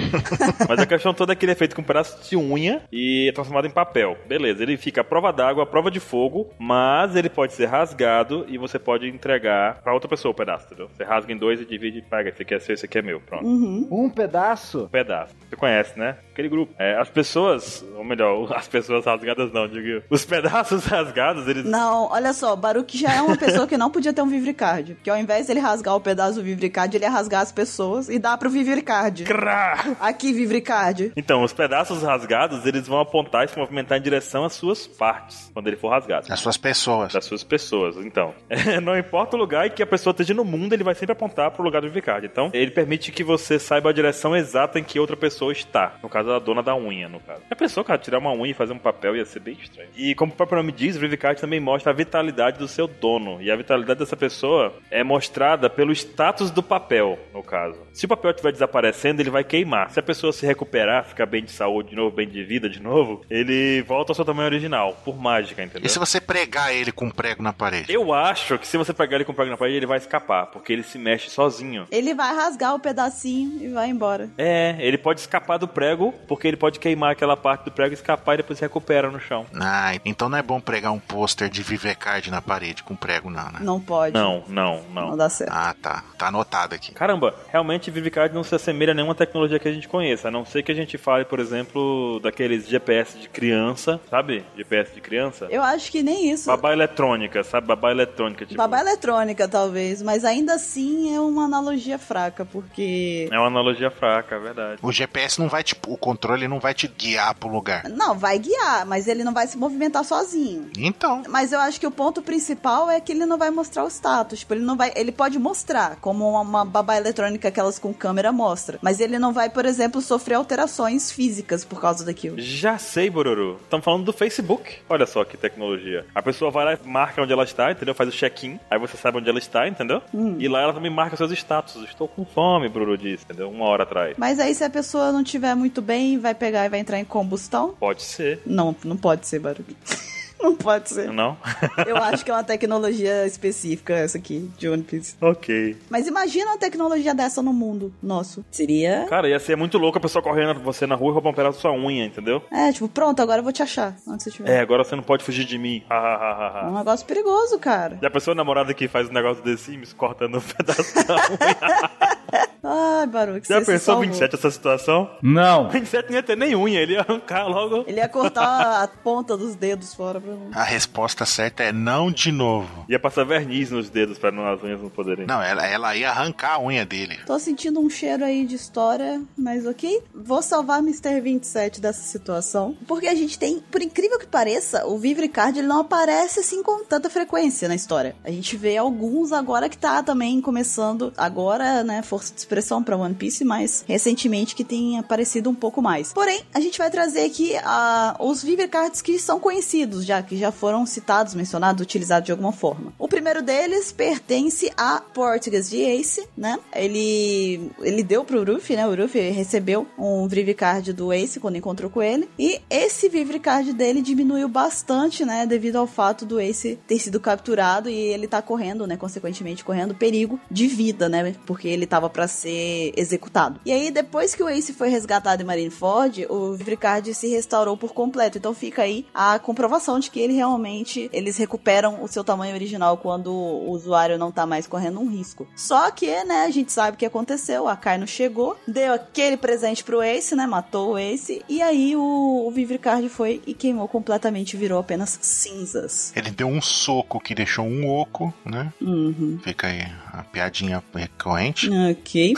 S3: Mas a questão toda é que ele é feito com um pedaço de unha e é transformado em papel. Beleza, ele fica à prova d'água, à prova de fogo, mas ele pode ser rasgado e você pode entregar pra outra pessoa o pedaço, entendeu? Você rasga em dois e divide e pega. Esse aqui é seu, esse aqui é meu. Pronto.
S2: Uhum.
S4: Um pedaço.
S3: Pedaço. Você conhece, né? Aquele grupo. É, as pessoas, ou melhor, as pessoas rasgadas não, digo eu. Os pedaços rasgados, eles
S2: Não, olha só, Baruque já é uma pessoa que não podia ter um Vivricard. Porque ao invés dele rasgar o pedaço do Vivricard, ele ia rasgar as pessoas e dá pro Vivricard.
S3: Crá!
S2: Aqui, Vivricard.
S3: Então, os pedaços rasgados, eles vão apontar e se movimentar em direção às suas partes, quando ele for rasgado.
S1: As suas pessoas.
S3: Das suas pessoas, então. não importa o lugar em que a pessoa esteja no mundo, ele vai sempre apontar pro lugar do Vivicard. Então, ele permite que você saiba a direção exata em que outra pessoa está. No caso, a dona da unha, no caso. A pessoa, cara, tirar uma unha e fazer um papel ia ser bem estranho. E como o próprio nome diz, o Vivicard também mostra a vitalidade do seu dono. E a vitalidade dessa pessoa é mostrada pelo status do papel, no caso. Se o papel estiver desaparecendo, ele vai queimar. Se a pessoa se recuperar, ficar bem de saúde de novo, bem de vida de novo, ele volta ao seu tamanho original, por mágica, entendeu?
S1: E se você pregar ele com um prego na parede?
S3: Eu acho que se você pegar ele com o prego na parede, ele vai escapar, porque ele se mexe sozinho.
S2: Ele vai rasgar o pedacinho e vai embora.
S3: É, ele pode escapar do prego porque ele pode queimar aquela parte do prego, escapar e depois se recupera no chão.
S1: Ah, então não é bom pregar um pôster de Vivecard na parede com prego, não, né?
S2: Não pode.
S3: Não, não, não.
S2: Não dá certo.
S1: Ah, tá. Tá anotado aqui.
S3: Caramba, realmente Vivicard não se assemelha a nenhuma tecnologia que a gente conheça, a não ser que a gente fale, por exemplo, daqueles GPS de criança, sabe? GPS de criança.
S2: Eu acho que nem isso.
S3: Babá eletrônica, sabe? Babá eletrônica, tipo.
S2: É. Babá eletrônica, talvez, mas ainda assim é uma analogia fraca, porque.
S3: É uma analogia fraca, é verdade.
S1: O GPS não vai, tipo, o controle não vai te guiar pro
S3: É.
S1: lugar.
S2: Não, vai guiar, mas ele não vai se movimentar sozinho.
S1: Então.
S2: Mas eu acho que o ponto principal é que ele não vai mostrar o status. Tipo, ele não vai. Ele pode mostrar, como uma, uma babá eletrônica, aquelas com câmera mostra. Mas ele não vai, por exemplo, sofrer alterações físicas por causa daquilo.
S3: Já sei, Bororo. Estamos falando do Facebook. Olha só que tecnologia. A pessoa vai lá, marca onde ela está, entendeu? Faz o check-in. Aí você sabe onde ela está, entendeu?
S2: Hum.
S3: E lá ela também marca seus status. Estou com fome, Bororo disse, entendeu? Uma hora atrás.
S2: Mas aí, se a pessoa não tiver muito bem, vai pegar e vai entrar em combustão?
S3: Pode ser,
S2: Não, não pode ser barulho. Não pode ser.
S3: não?
S2: Eu acho que é uma tecnologia específica essa aqui, de One Piece.
S3: ok.
S2: Mas imagina uma tecnologia dessa no mundo nosso. Seria.
S3: Cara, ia ser muito louco a pessoa correndo você na rua e roubar um pedaço da sua unha, entendeu?
S2: É, tipo, pronto, agora eu vou te achar. Onde você estiver.
S3: É, agora você não pode fugir de mim. Ha, ha, ha, ha,
S2: É
S3: ha.
S2: um negócio perigoso, cara.
S3: Já pensou a namorada que faz um negócio The Sims cortando um pedaço da unha?
S2: Ai, Baruque,
S3: Já
S2: você se
S3: pensou
S2: salvou.
S3: 27 essa situação?
S4: Não.
S3: 27 não ia ter nem unha, ele ia arrancar logo.
S2: Ele ia cortar a ponta dos dedos fora pra não.
S1: A resposta certa é não de novo.
S3: Ia passar verniz nos dedos pra não, as unhas não poderem.
S1: Não, ela, ela ia arrancar a unha dele.
S2: Tô sentindo um cheiro aí de história, mas ok. Vou salvar Mr. 27 dessa situação. Porque a gente tem, por incrível que pareça, o Vivricard ele não aparece assim com tanta frequência na história. A gente vê alguns agora que tá também começando, agora, né, força de expressão pra One Piece, mas recentemente que tem aparecido um pouco mais. Porém, a gente vai trazer aqui ah, os Vivercards que são conhecidos já, que já foram citados, mencionados, utilizados de alguma forma. O primeiro deles pertence a Portugues de Ace, né? Ele, ele deu pro Ruffy, né? O Ruffy recebeu um Vivercard do Ace quando encontrou com ele. E esse Vivercard dele diminuiu bastante, né? Devido ao fato do Ace ter sido capturado e ele tá correndo, né? Consequentemente, correndo perigo de vida, né? Porque ele tava pra ser executado. E aí, depois que o Ace foi resgatado em Marineford, o Vivricard se restaurou por completo. Então fica aí a comprovação de que ele realmente eles recuperam o seu tamanho original quando o usuário não tá mais correndo um risco. Só que, né, a gente sabe o que aconteceu. A Kaino chegou, deu aquele presente pro Ace, né? Matou o Ace. E aí o, o Vivricard foi e queimou completamente, virou apenas cinzas.
S1: Ele deu um soco que deixou um oco, né?
S2: Uhum.
S1: Fica aí a piadinha recorrente.
S2: Ok.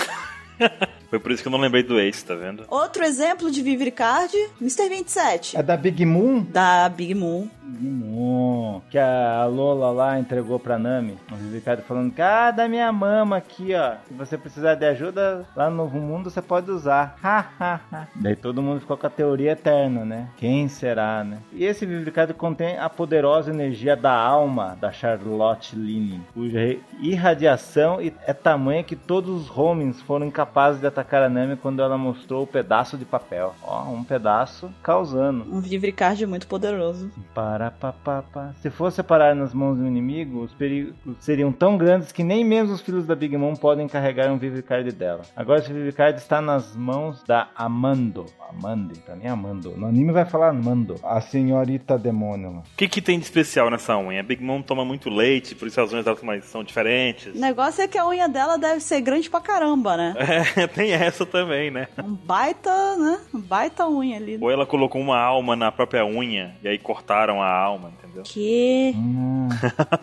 S3: Foi por isso que eu não lembrei do Ace, tá vendo?
S2: Outro exemplo de Vivricard, Mr. 27.
S4: É da Big Moon?
S2: Da Big Moon.
S4: Big Moon. Que a Lola lá entregou pra Nami. O Ricardo falando que, ah, da minha mama aqui, ó. Se você precisar de ajuda lá no Novo Mundo, você pode usar. Ha, ha, ha. Daí todo mundo ficou com a teoria eterna, né? Quem será, né? E esse Ricardo contém a poderosa energia da alma da Charlotte Lynn, cuja re- irradiação e- é tamanha que todos os homens foram incapazes de atacar a Nami quando ela mostrou o pedaço de papel. Ó, um pedaço causando.
S2: Um Vivricard muito poderoso.
S4: Para, pa, pa, pa. Se fosse parar nas mãos do inimigo, os perigos seriam tão grandes que nem mesmo os filhos da Big Mom podem carregar um Vivicard dela. Agora esse Vivicard está nas mãos da Amando. Amande, pra mim é Amando. No anime vai falar Amando. A senhorita demônio. lá.
S3: O que, que tem de especial nessa unha? Big Mom toma muito leite, por isso as unhas delas mais- são diferentes.
S2: O negócio é que a unha dela deve ser grande pra caramba, né?
S3: É, tem essa também, né?
S4: É.
S2: Um baita, né? Um baita unha ali.
S3: Ou ela colocou uma alma na própria unha e aí cortaram a alma, entendeu?
S2: Que.
S4: Hum,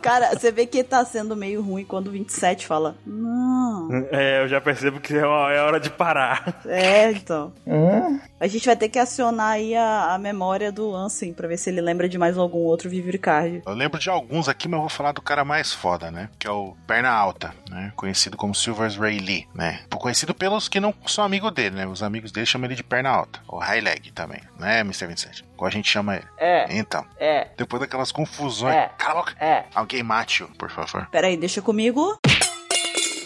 S2: Cara, você vê que tá sendo meio ruim quando o 27 fala. Não.
S3: É, eu já percebo que é, uma- é hora de parar.
S2: É, então.
S4: hã?
S2: A gente vai ter que acionar aí a, a memória do Ansem pra ver se ele lembra de mais algum outro Vivricard.
S1: Eu lembro de alguns aqui, mas eu vou falar do cara mais foda, né? Que é o Perna Alta, né? Conhecido como Silver's Ray Lee, né? Conhecido pelos que não são amigos dele, né? Os amigos dele chamam ele de Perna Alta. Ou High Leg também, né, Mr. 27? Como a gente chama ele.
S4: É,
S1: Então,
S4: é,
S1: depois daquelas confusões...
S4: É.
S1: Cala a boca!
S4: é.
S1: Alguém mate-o, por favor.
S2: Pera aí, deixa comigo.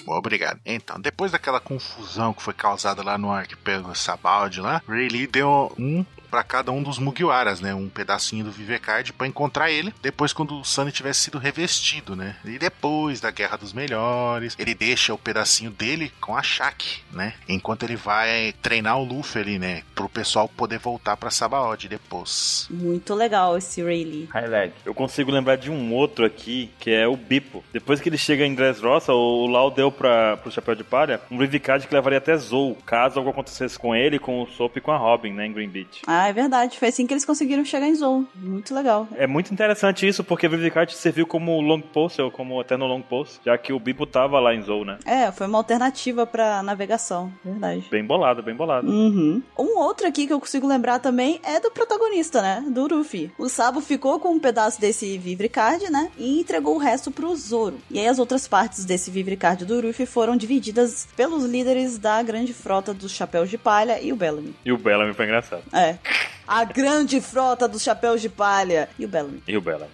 S1: Bom, obrigado. Então, depois daquela confusão que foi causada lá no arquipélago Sabaldi lá, Ray Lee deu um para cada um dos Mugiwaras, né? Um pedacinho do Vivecard para encontrar ele depois quando o Sunny tivesse sido revestido, né? E depois da Guerra dos Melhores, ele deixa o pedacinho dele com a Shaq, né? Enquanto ele vai treinar o Luffy ali, né? Pro pessoal poder voltar para Sabaody depois.
S8: Muito legal esse Rayleigh.
S4: Highlight.
S3: Eu consigo lembrar de um outro aqui, que é o Bipo. Depois que ele chega em Dressrosa, o Lau deu pra, pro Chapéu de Palha um Rivicard que levaria até Zou, caso algo acontecesse com ele, com o Soap e com a Robin, né, em Green Beach.
S2: Ah, é verdade. Foi assim que eles conseguiram chegar em Zou. Muito legal.
S3: É muito interessante isso, porque o Rivicard serviu como long post, ou como eterno long post, já que o Bipo tava lá em Zou, né?
S2: É, foi uma alternativa pra navegação. Verdade.
S3: Bem bolado, bem bolado.
S2: Uhum. Um outro aqui que eu consigo lembrar também é do protagonista, né? Do Ruffy. O Sabo ficou com um pedaço desse Vivre Card, né? E entregou o resto pro Zoro. E aí as outras partes desse Vivre Card do Ruffy foram divididas pelos líderes da grande frota dos Chapéus de Palha e o Bellamy.
S3: E o Bellamy foi engraçado.
S2: É. A grande frota dos Chapéus de Palha e o Bellamy.
S3: E o Bellamy.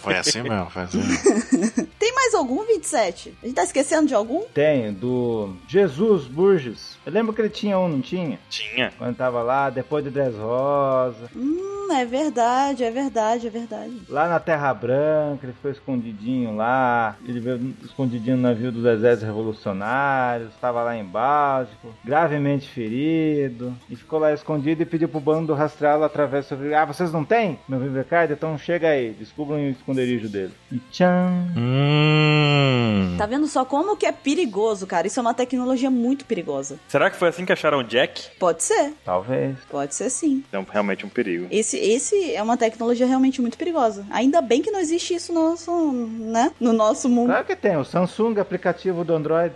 S1: Foi assim mesmo, foi assim mesmo.
S2: Tem mais algum 27? A gente tá esquecendo de algum?
S4: Tem, do Jesus Burgess. Eu lembro que ele tinha um, não tinha?
S3: Tinha.
S4: Quando tava lá, depois de Dez Rosa,
S2: Hum, é verdade, é verdade, é verdade.
S4: lá na Terra Branca, ele ficou escondidinho lá, ele veio escondidinho no navio dos exércitos revolucionários, tava lá em Báltico, gravemente ferido, e ficou lá escondido e pediu pro bando rastreá-lo através do... Ah, vocês não têm meu Vivecard? Então chega aí, descubram o esconderijo dele. E tchan!
S3: Hum.
S2: Tá vendo só como que é perigoso, cara? Isso é uma tecnologia muito perigosa.
S3: Será que foi assim que acharam o Jack?
S2: Pode ser,
S4: Talvez.
S2: pode ser sim.
S3: É um- realmente um perigo.
S2: Esse, esse é uma tecnologia realmente muito perigosa. Ainda bem que não existe isso no nosso, né? No nosso mundo.
S4: Claro que tem, o Samsung aplicativo do Android.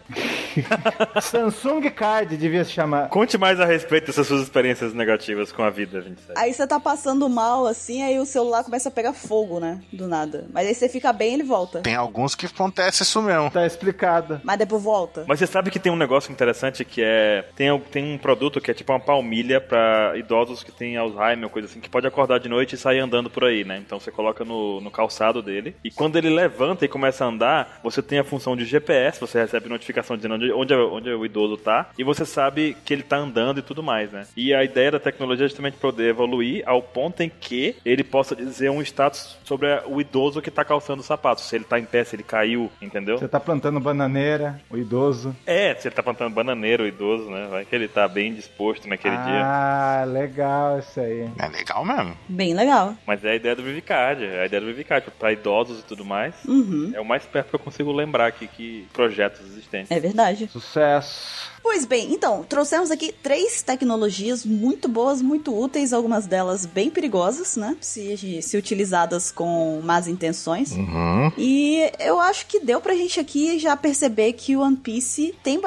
S4: Samsung Card devia se chamar.
S3: Conte mais a respeito dessas suas experiências negativas com a vida, 27.
S2: Aí você tá passando mal, assim, aí o celular começa a pegar fogo, né? Do nada. Mas aí você fica bem ele volta.
S1: Tem alguns que acontece isso mesmo.
S4: Tá explicado.
S2: Mas depois volta.
S3: Mas você sabe que tem um negócio interessante que é. Tem, um- tem um produto que é tipo uma palmilha pra idosos que têm Alzheimer, ou coisa assim, que pode acordar de noite e sair andando por aí, né? Então você coloca no, no calçado dele e quando ele levanta e começa a andar, você tem a função de GPS, você recebe notificação dizendo onde, onde, onde o idoso tá e você sabe que ele tá andando e tudo mais, né? E a ideia da tecnologia é justamente poder evoluir ao ponto em que ele possa dizer um status sobre a- o idoso que tá calçando os sapatos, se ele tá em pé, se ele caiu, entendeu?
S4: Você tá plantando bananeira, o idoso.
S3: É, se ele tá plantando bananeiro, o idoso, né? Vai que ele tá bem disposto naquele dia.
S4: ah, legal isso aí.
S1: É legal mesmo.
S2: Bem legal.
S3: Mas é a ideia do Vivicard, é a ideia do Vivicard, pra idosos e tudo mais.
S2: Uhum.
S3: É o mais perto que eu consigo lembrar aqui que projetos existentes.
S2: É verdade.
S4: Sucesso.
S2: Pois bem, então, trouxemos aqui três tecnologias muito boas, muito úteis, algumas delas bem perigosas, né? Se, se utilizadas com más intenções.
S1: Uhum.
S2: E eu acho que deu pra gente aqui já perceber que o One Piece tem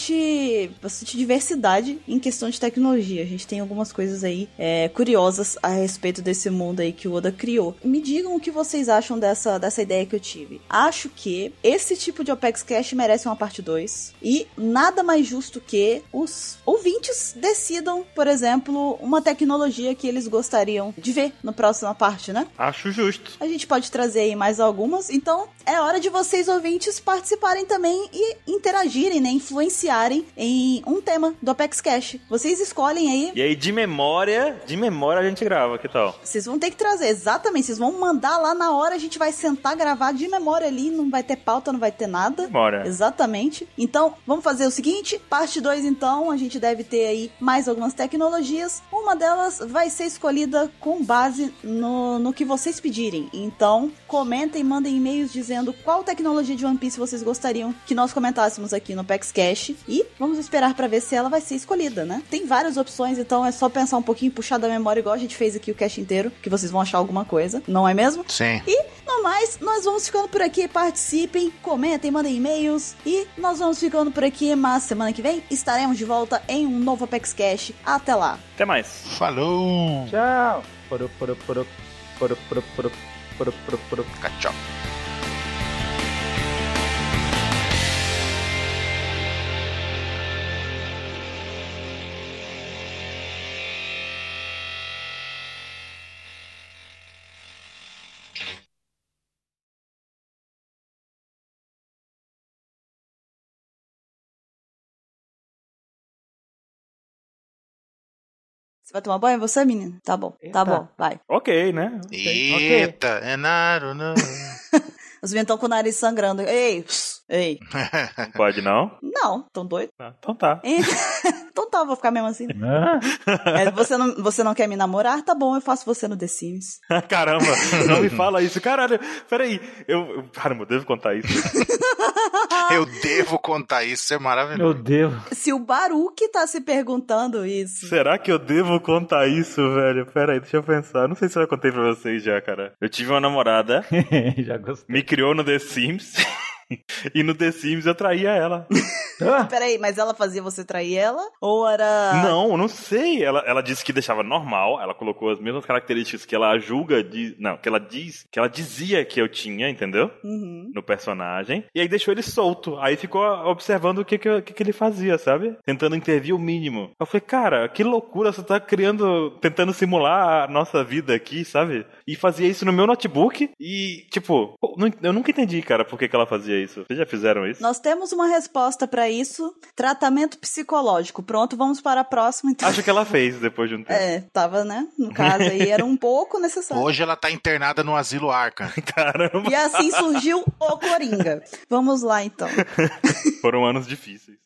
S2: bastante, bastante diversidade em questão de tecnologia. A gente tem algumas coisas aí é, curiosas a respeito desse mundo aí que o Oda criou. Me digam o que vocês acham dessa, dessa ideia que eu tive. Acho que esse tipo de Opex Cash merece uma parte 2 e nada mais justo que os ouvintes decidam, por exemplo, uma tecnologia que eles gostariam de ver na próxima parte, né?
S3: Acho justo.
S2: A gente pode trazer aí mais algumas. Então, é hora de vocês, ouvintes, participarem também e interagirem, né? Influenciarem em um tema do Apex Cash. Vocês escolhem aí.
S3: E aí, de memória, de memória a gente grava, que tal?
S2: Vocês vão ter que trazer, exatamente. Vocês vão mandar lá na hora, a gente vai sentar, gravar de memória ali. Não vai ter pauta, não vai ter nada.
S3: Memória.
S2: Exatamente. Então, vamos fazer o seguinte, parte 2 então, a gente deve ter aí mais algumas tecnologias. Uma delas vai ser escolhida com base no, no que vocês pedirem. Então, comentem, mandem e-mails dizendo qual tecnologia de One Piece vocês gostariam que nós comentássemos aqui no PEX Cash e vamos esperar pra ver se ela vai ser escolhida, né? Tem várias opções, então é só pensar um pouquinho, puxar da memória igual a gente fez aqui o cast inteiro, que vocês vão achar alguma coisa, não é mesmo?
S1: Sim.
S2: No mais, nós vamos ficando por aqui. Participem, comentem, mandem e-mails. E nós vamos ficando por aqui, mas semana que vem estaremos de volta em um novo Apex Cash. Até lá!
S3: Até mais.
S1: Falou!
S4: Tchau. Poru, poru, poru, poru, poru, poru, poru, poru, poru.
S1: Tchau.
S2: Você vai tomar banho? Você, menina? Tá bom,
S4: Eita.
S2: tá bom, vai.
S3: Ok, né?
S1: Eita, é naro, não.
S2: Os meninos estão com o nariz sangrando. Ei, pss, ei.
S3: Não pode não?
S2: Não, tão doido.
S3: Ah, Então tá.
S2: então tá, eu vou ficar mesmo assim.
S4: Ah,
S2: É, você, não, você não quer me namorar? Tá bom, eu faço você no The Sims.
S3: Caramba, não me fala isso. Caralho, peraí. Eu, eu, caramba, eu devo contar isso.
S1: Eu devo contar isso, isso é
S4: meu
S1: maravilhoso.
S4: Deus.
S2: Se o Baruque tá se perguntando isso.
S3: Será que eu devo contar isso, velho? Peraí, deixa eu pensar. Não sei se eu já contei pra vocês já, cara. Eu tive uma namorada,
S4: Já gostei.
S3: me criou no The Sims. E no The Sims eu traía ela.
S4: Ah,
S2: Peraí, mas ela fazia você trair ela? Ou era.
S3: Não, eu não sei. Ela, ela disse que deixava normal. Ela colocou as mesmas características que ela julga de. Não, que ela diz. Que ela dizia que eu tinha, entendeu?
S2: Uhum.
S3: no personagem. E aí deixou ele solto. Aí ficou observando o que, que, o que que ele fazia, sabe? Tentando intervir o mínimo. Eu falei, cara, que loucura, você tá criando. tentando simular a nossa vida aqui, sabe? E fazia isso no meu notebook. E, tipo, pô, não- eu nunca entendi, cara, por que, que ela fazia isso. Vocês já fizeram isso?
S2: Nós temos uma resposta pra isso: tratamento psicológico. Pronto, vamos para a próxima então.
S3: Acho que ela fez depois de um tempo.
S2: É, tava, né? No caso aí, era um pouco necessário.
S1: Hoje ela tá internada no asilo Arca.
S3: Caramba,
S2: E assim surgiu o Coringa. Vamos lá então.
S3: foram anos difíceis.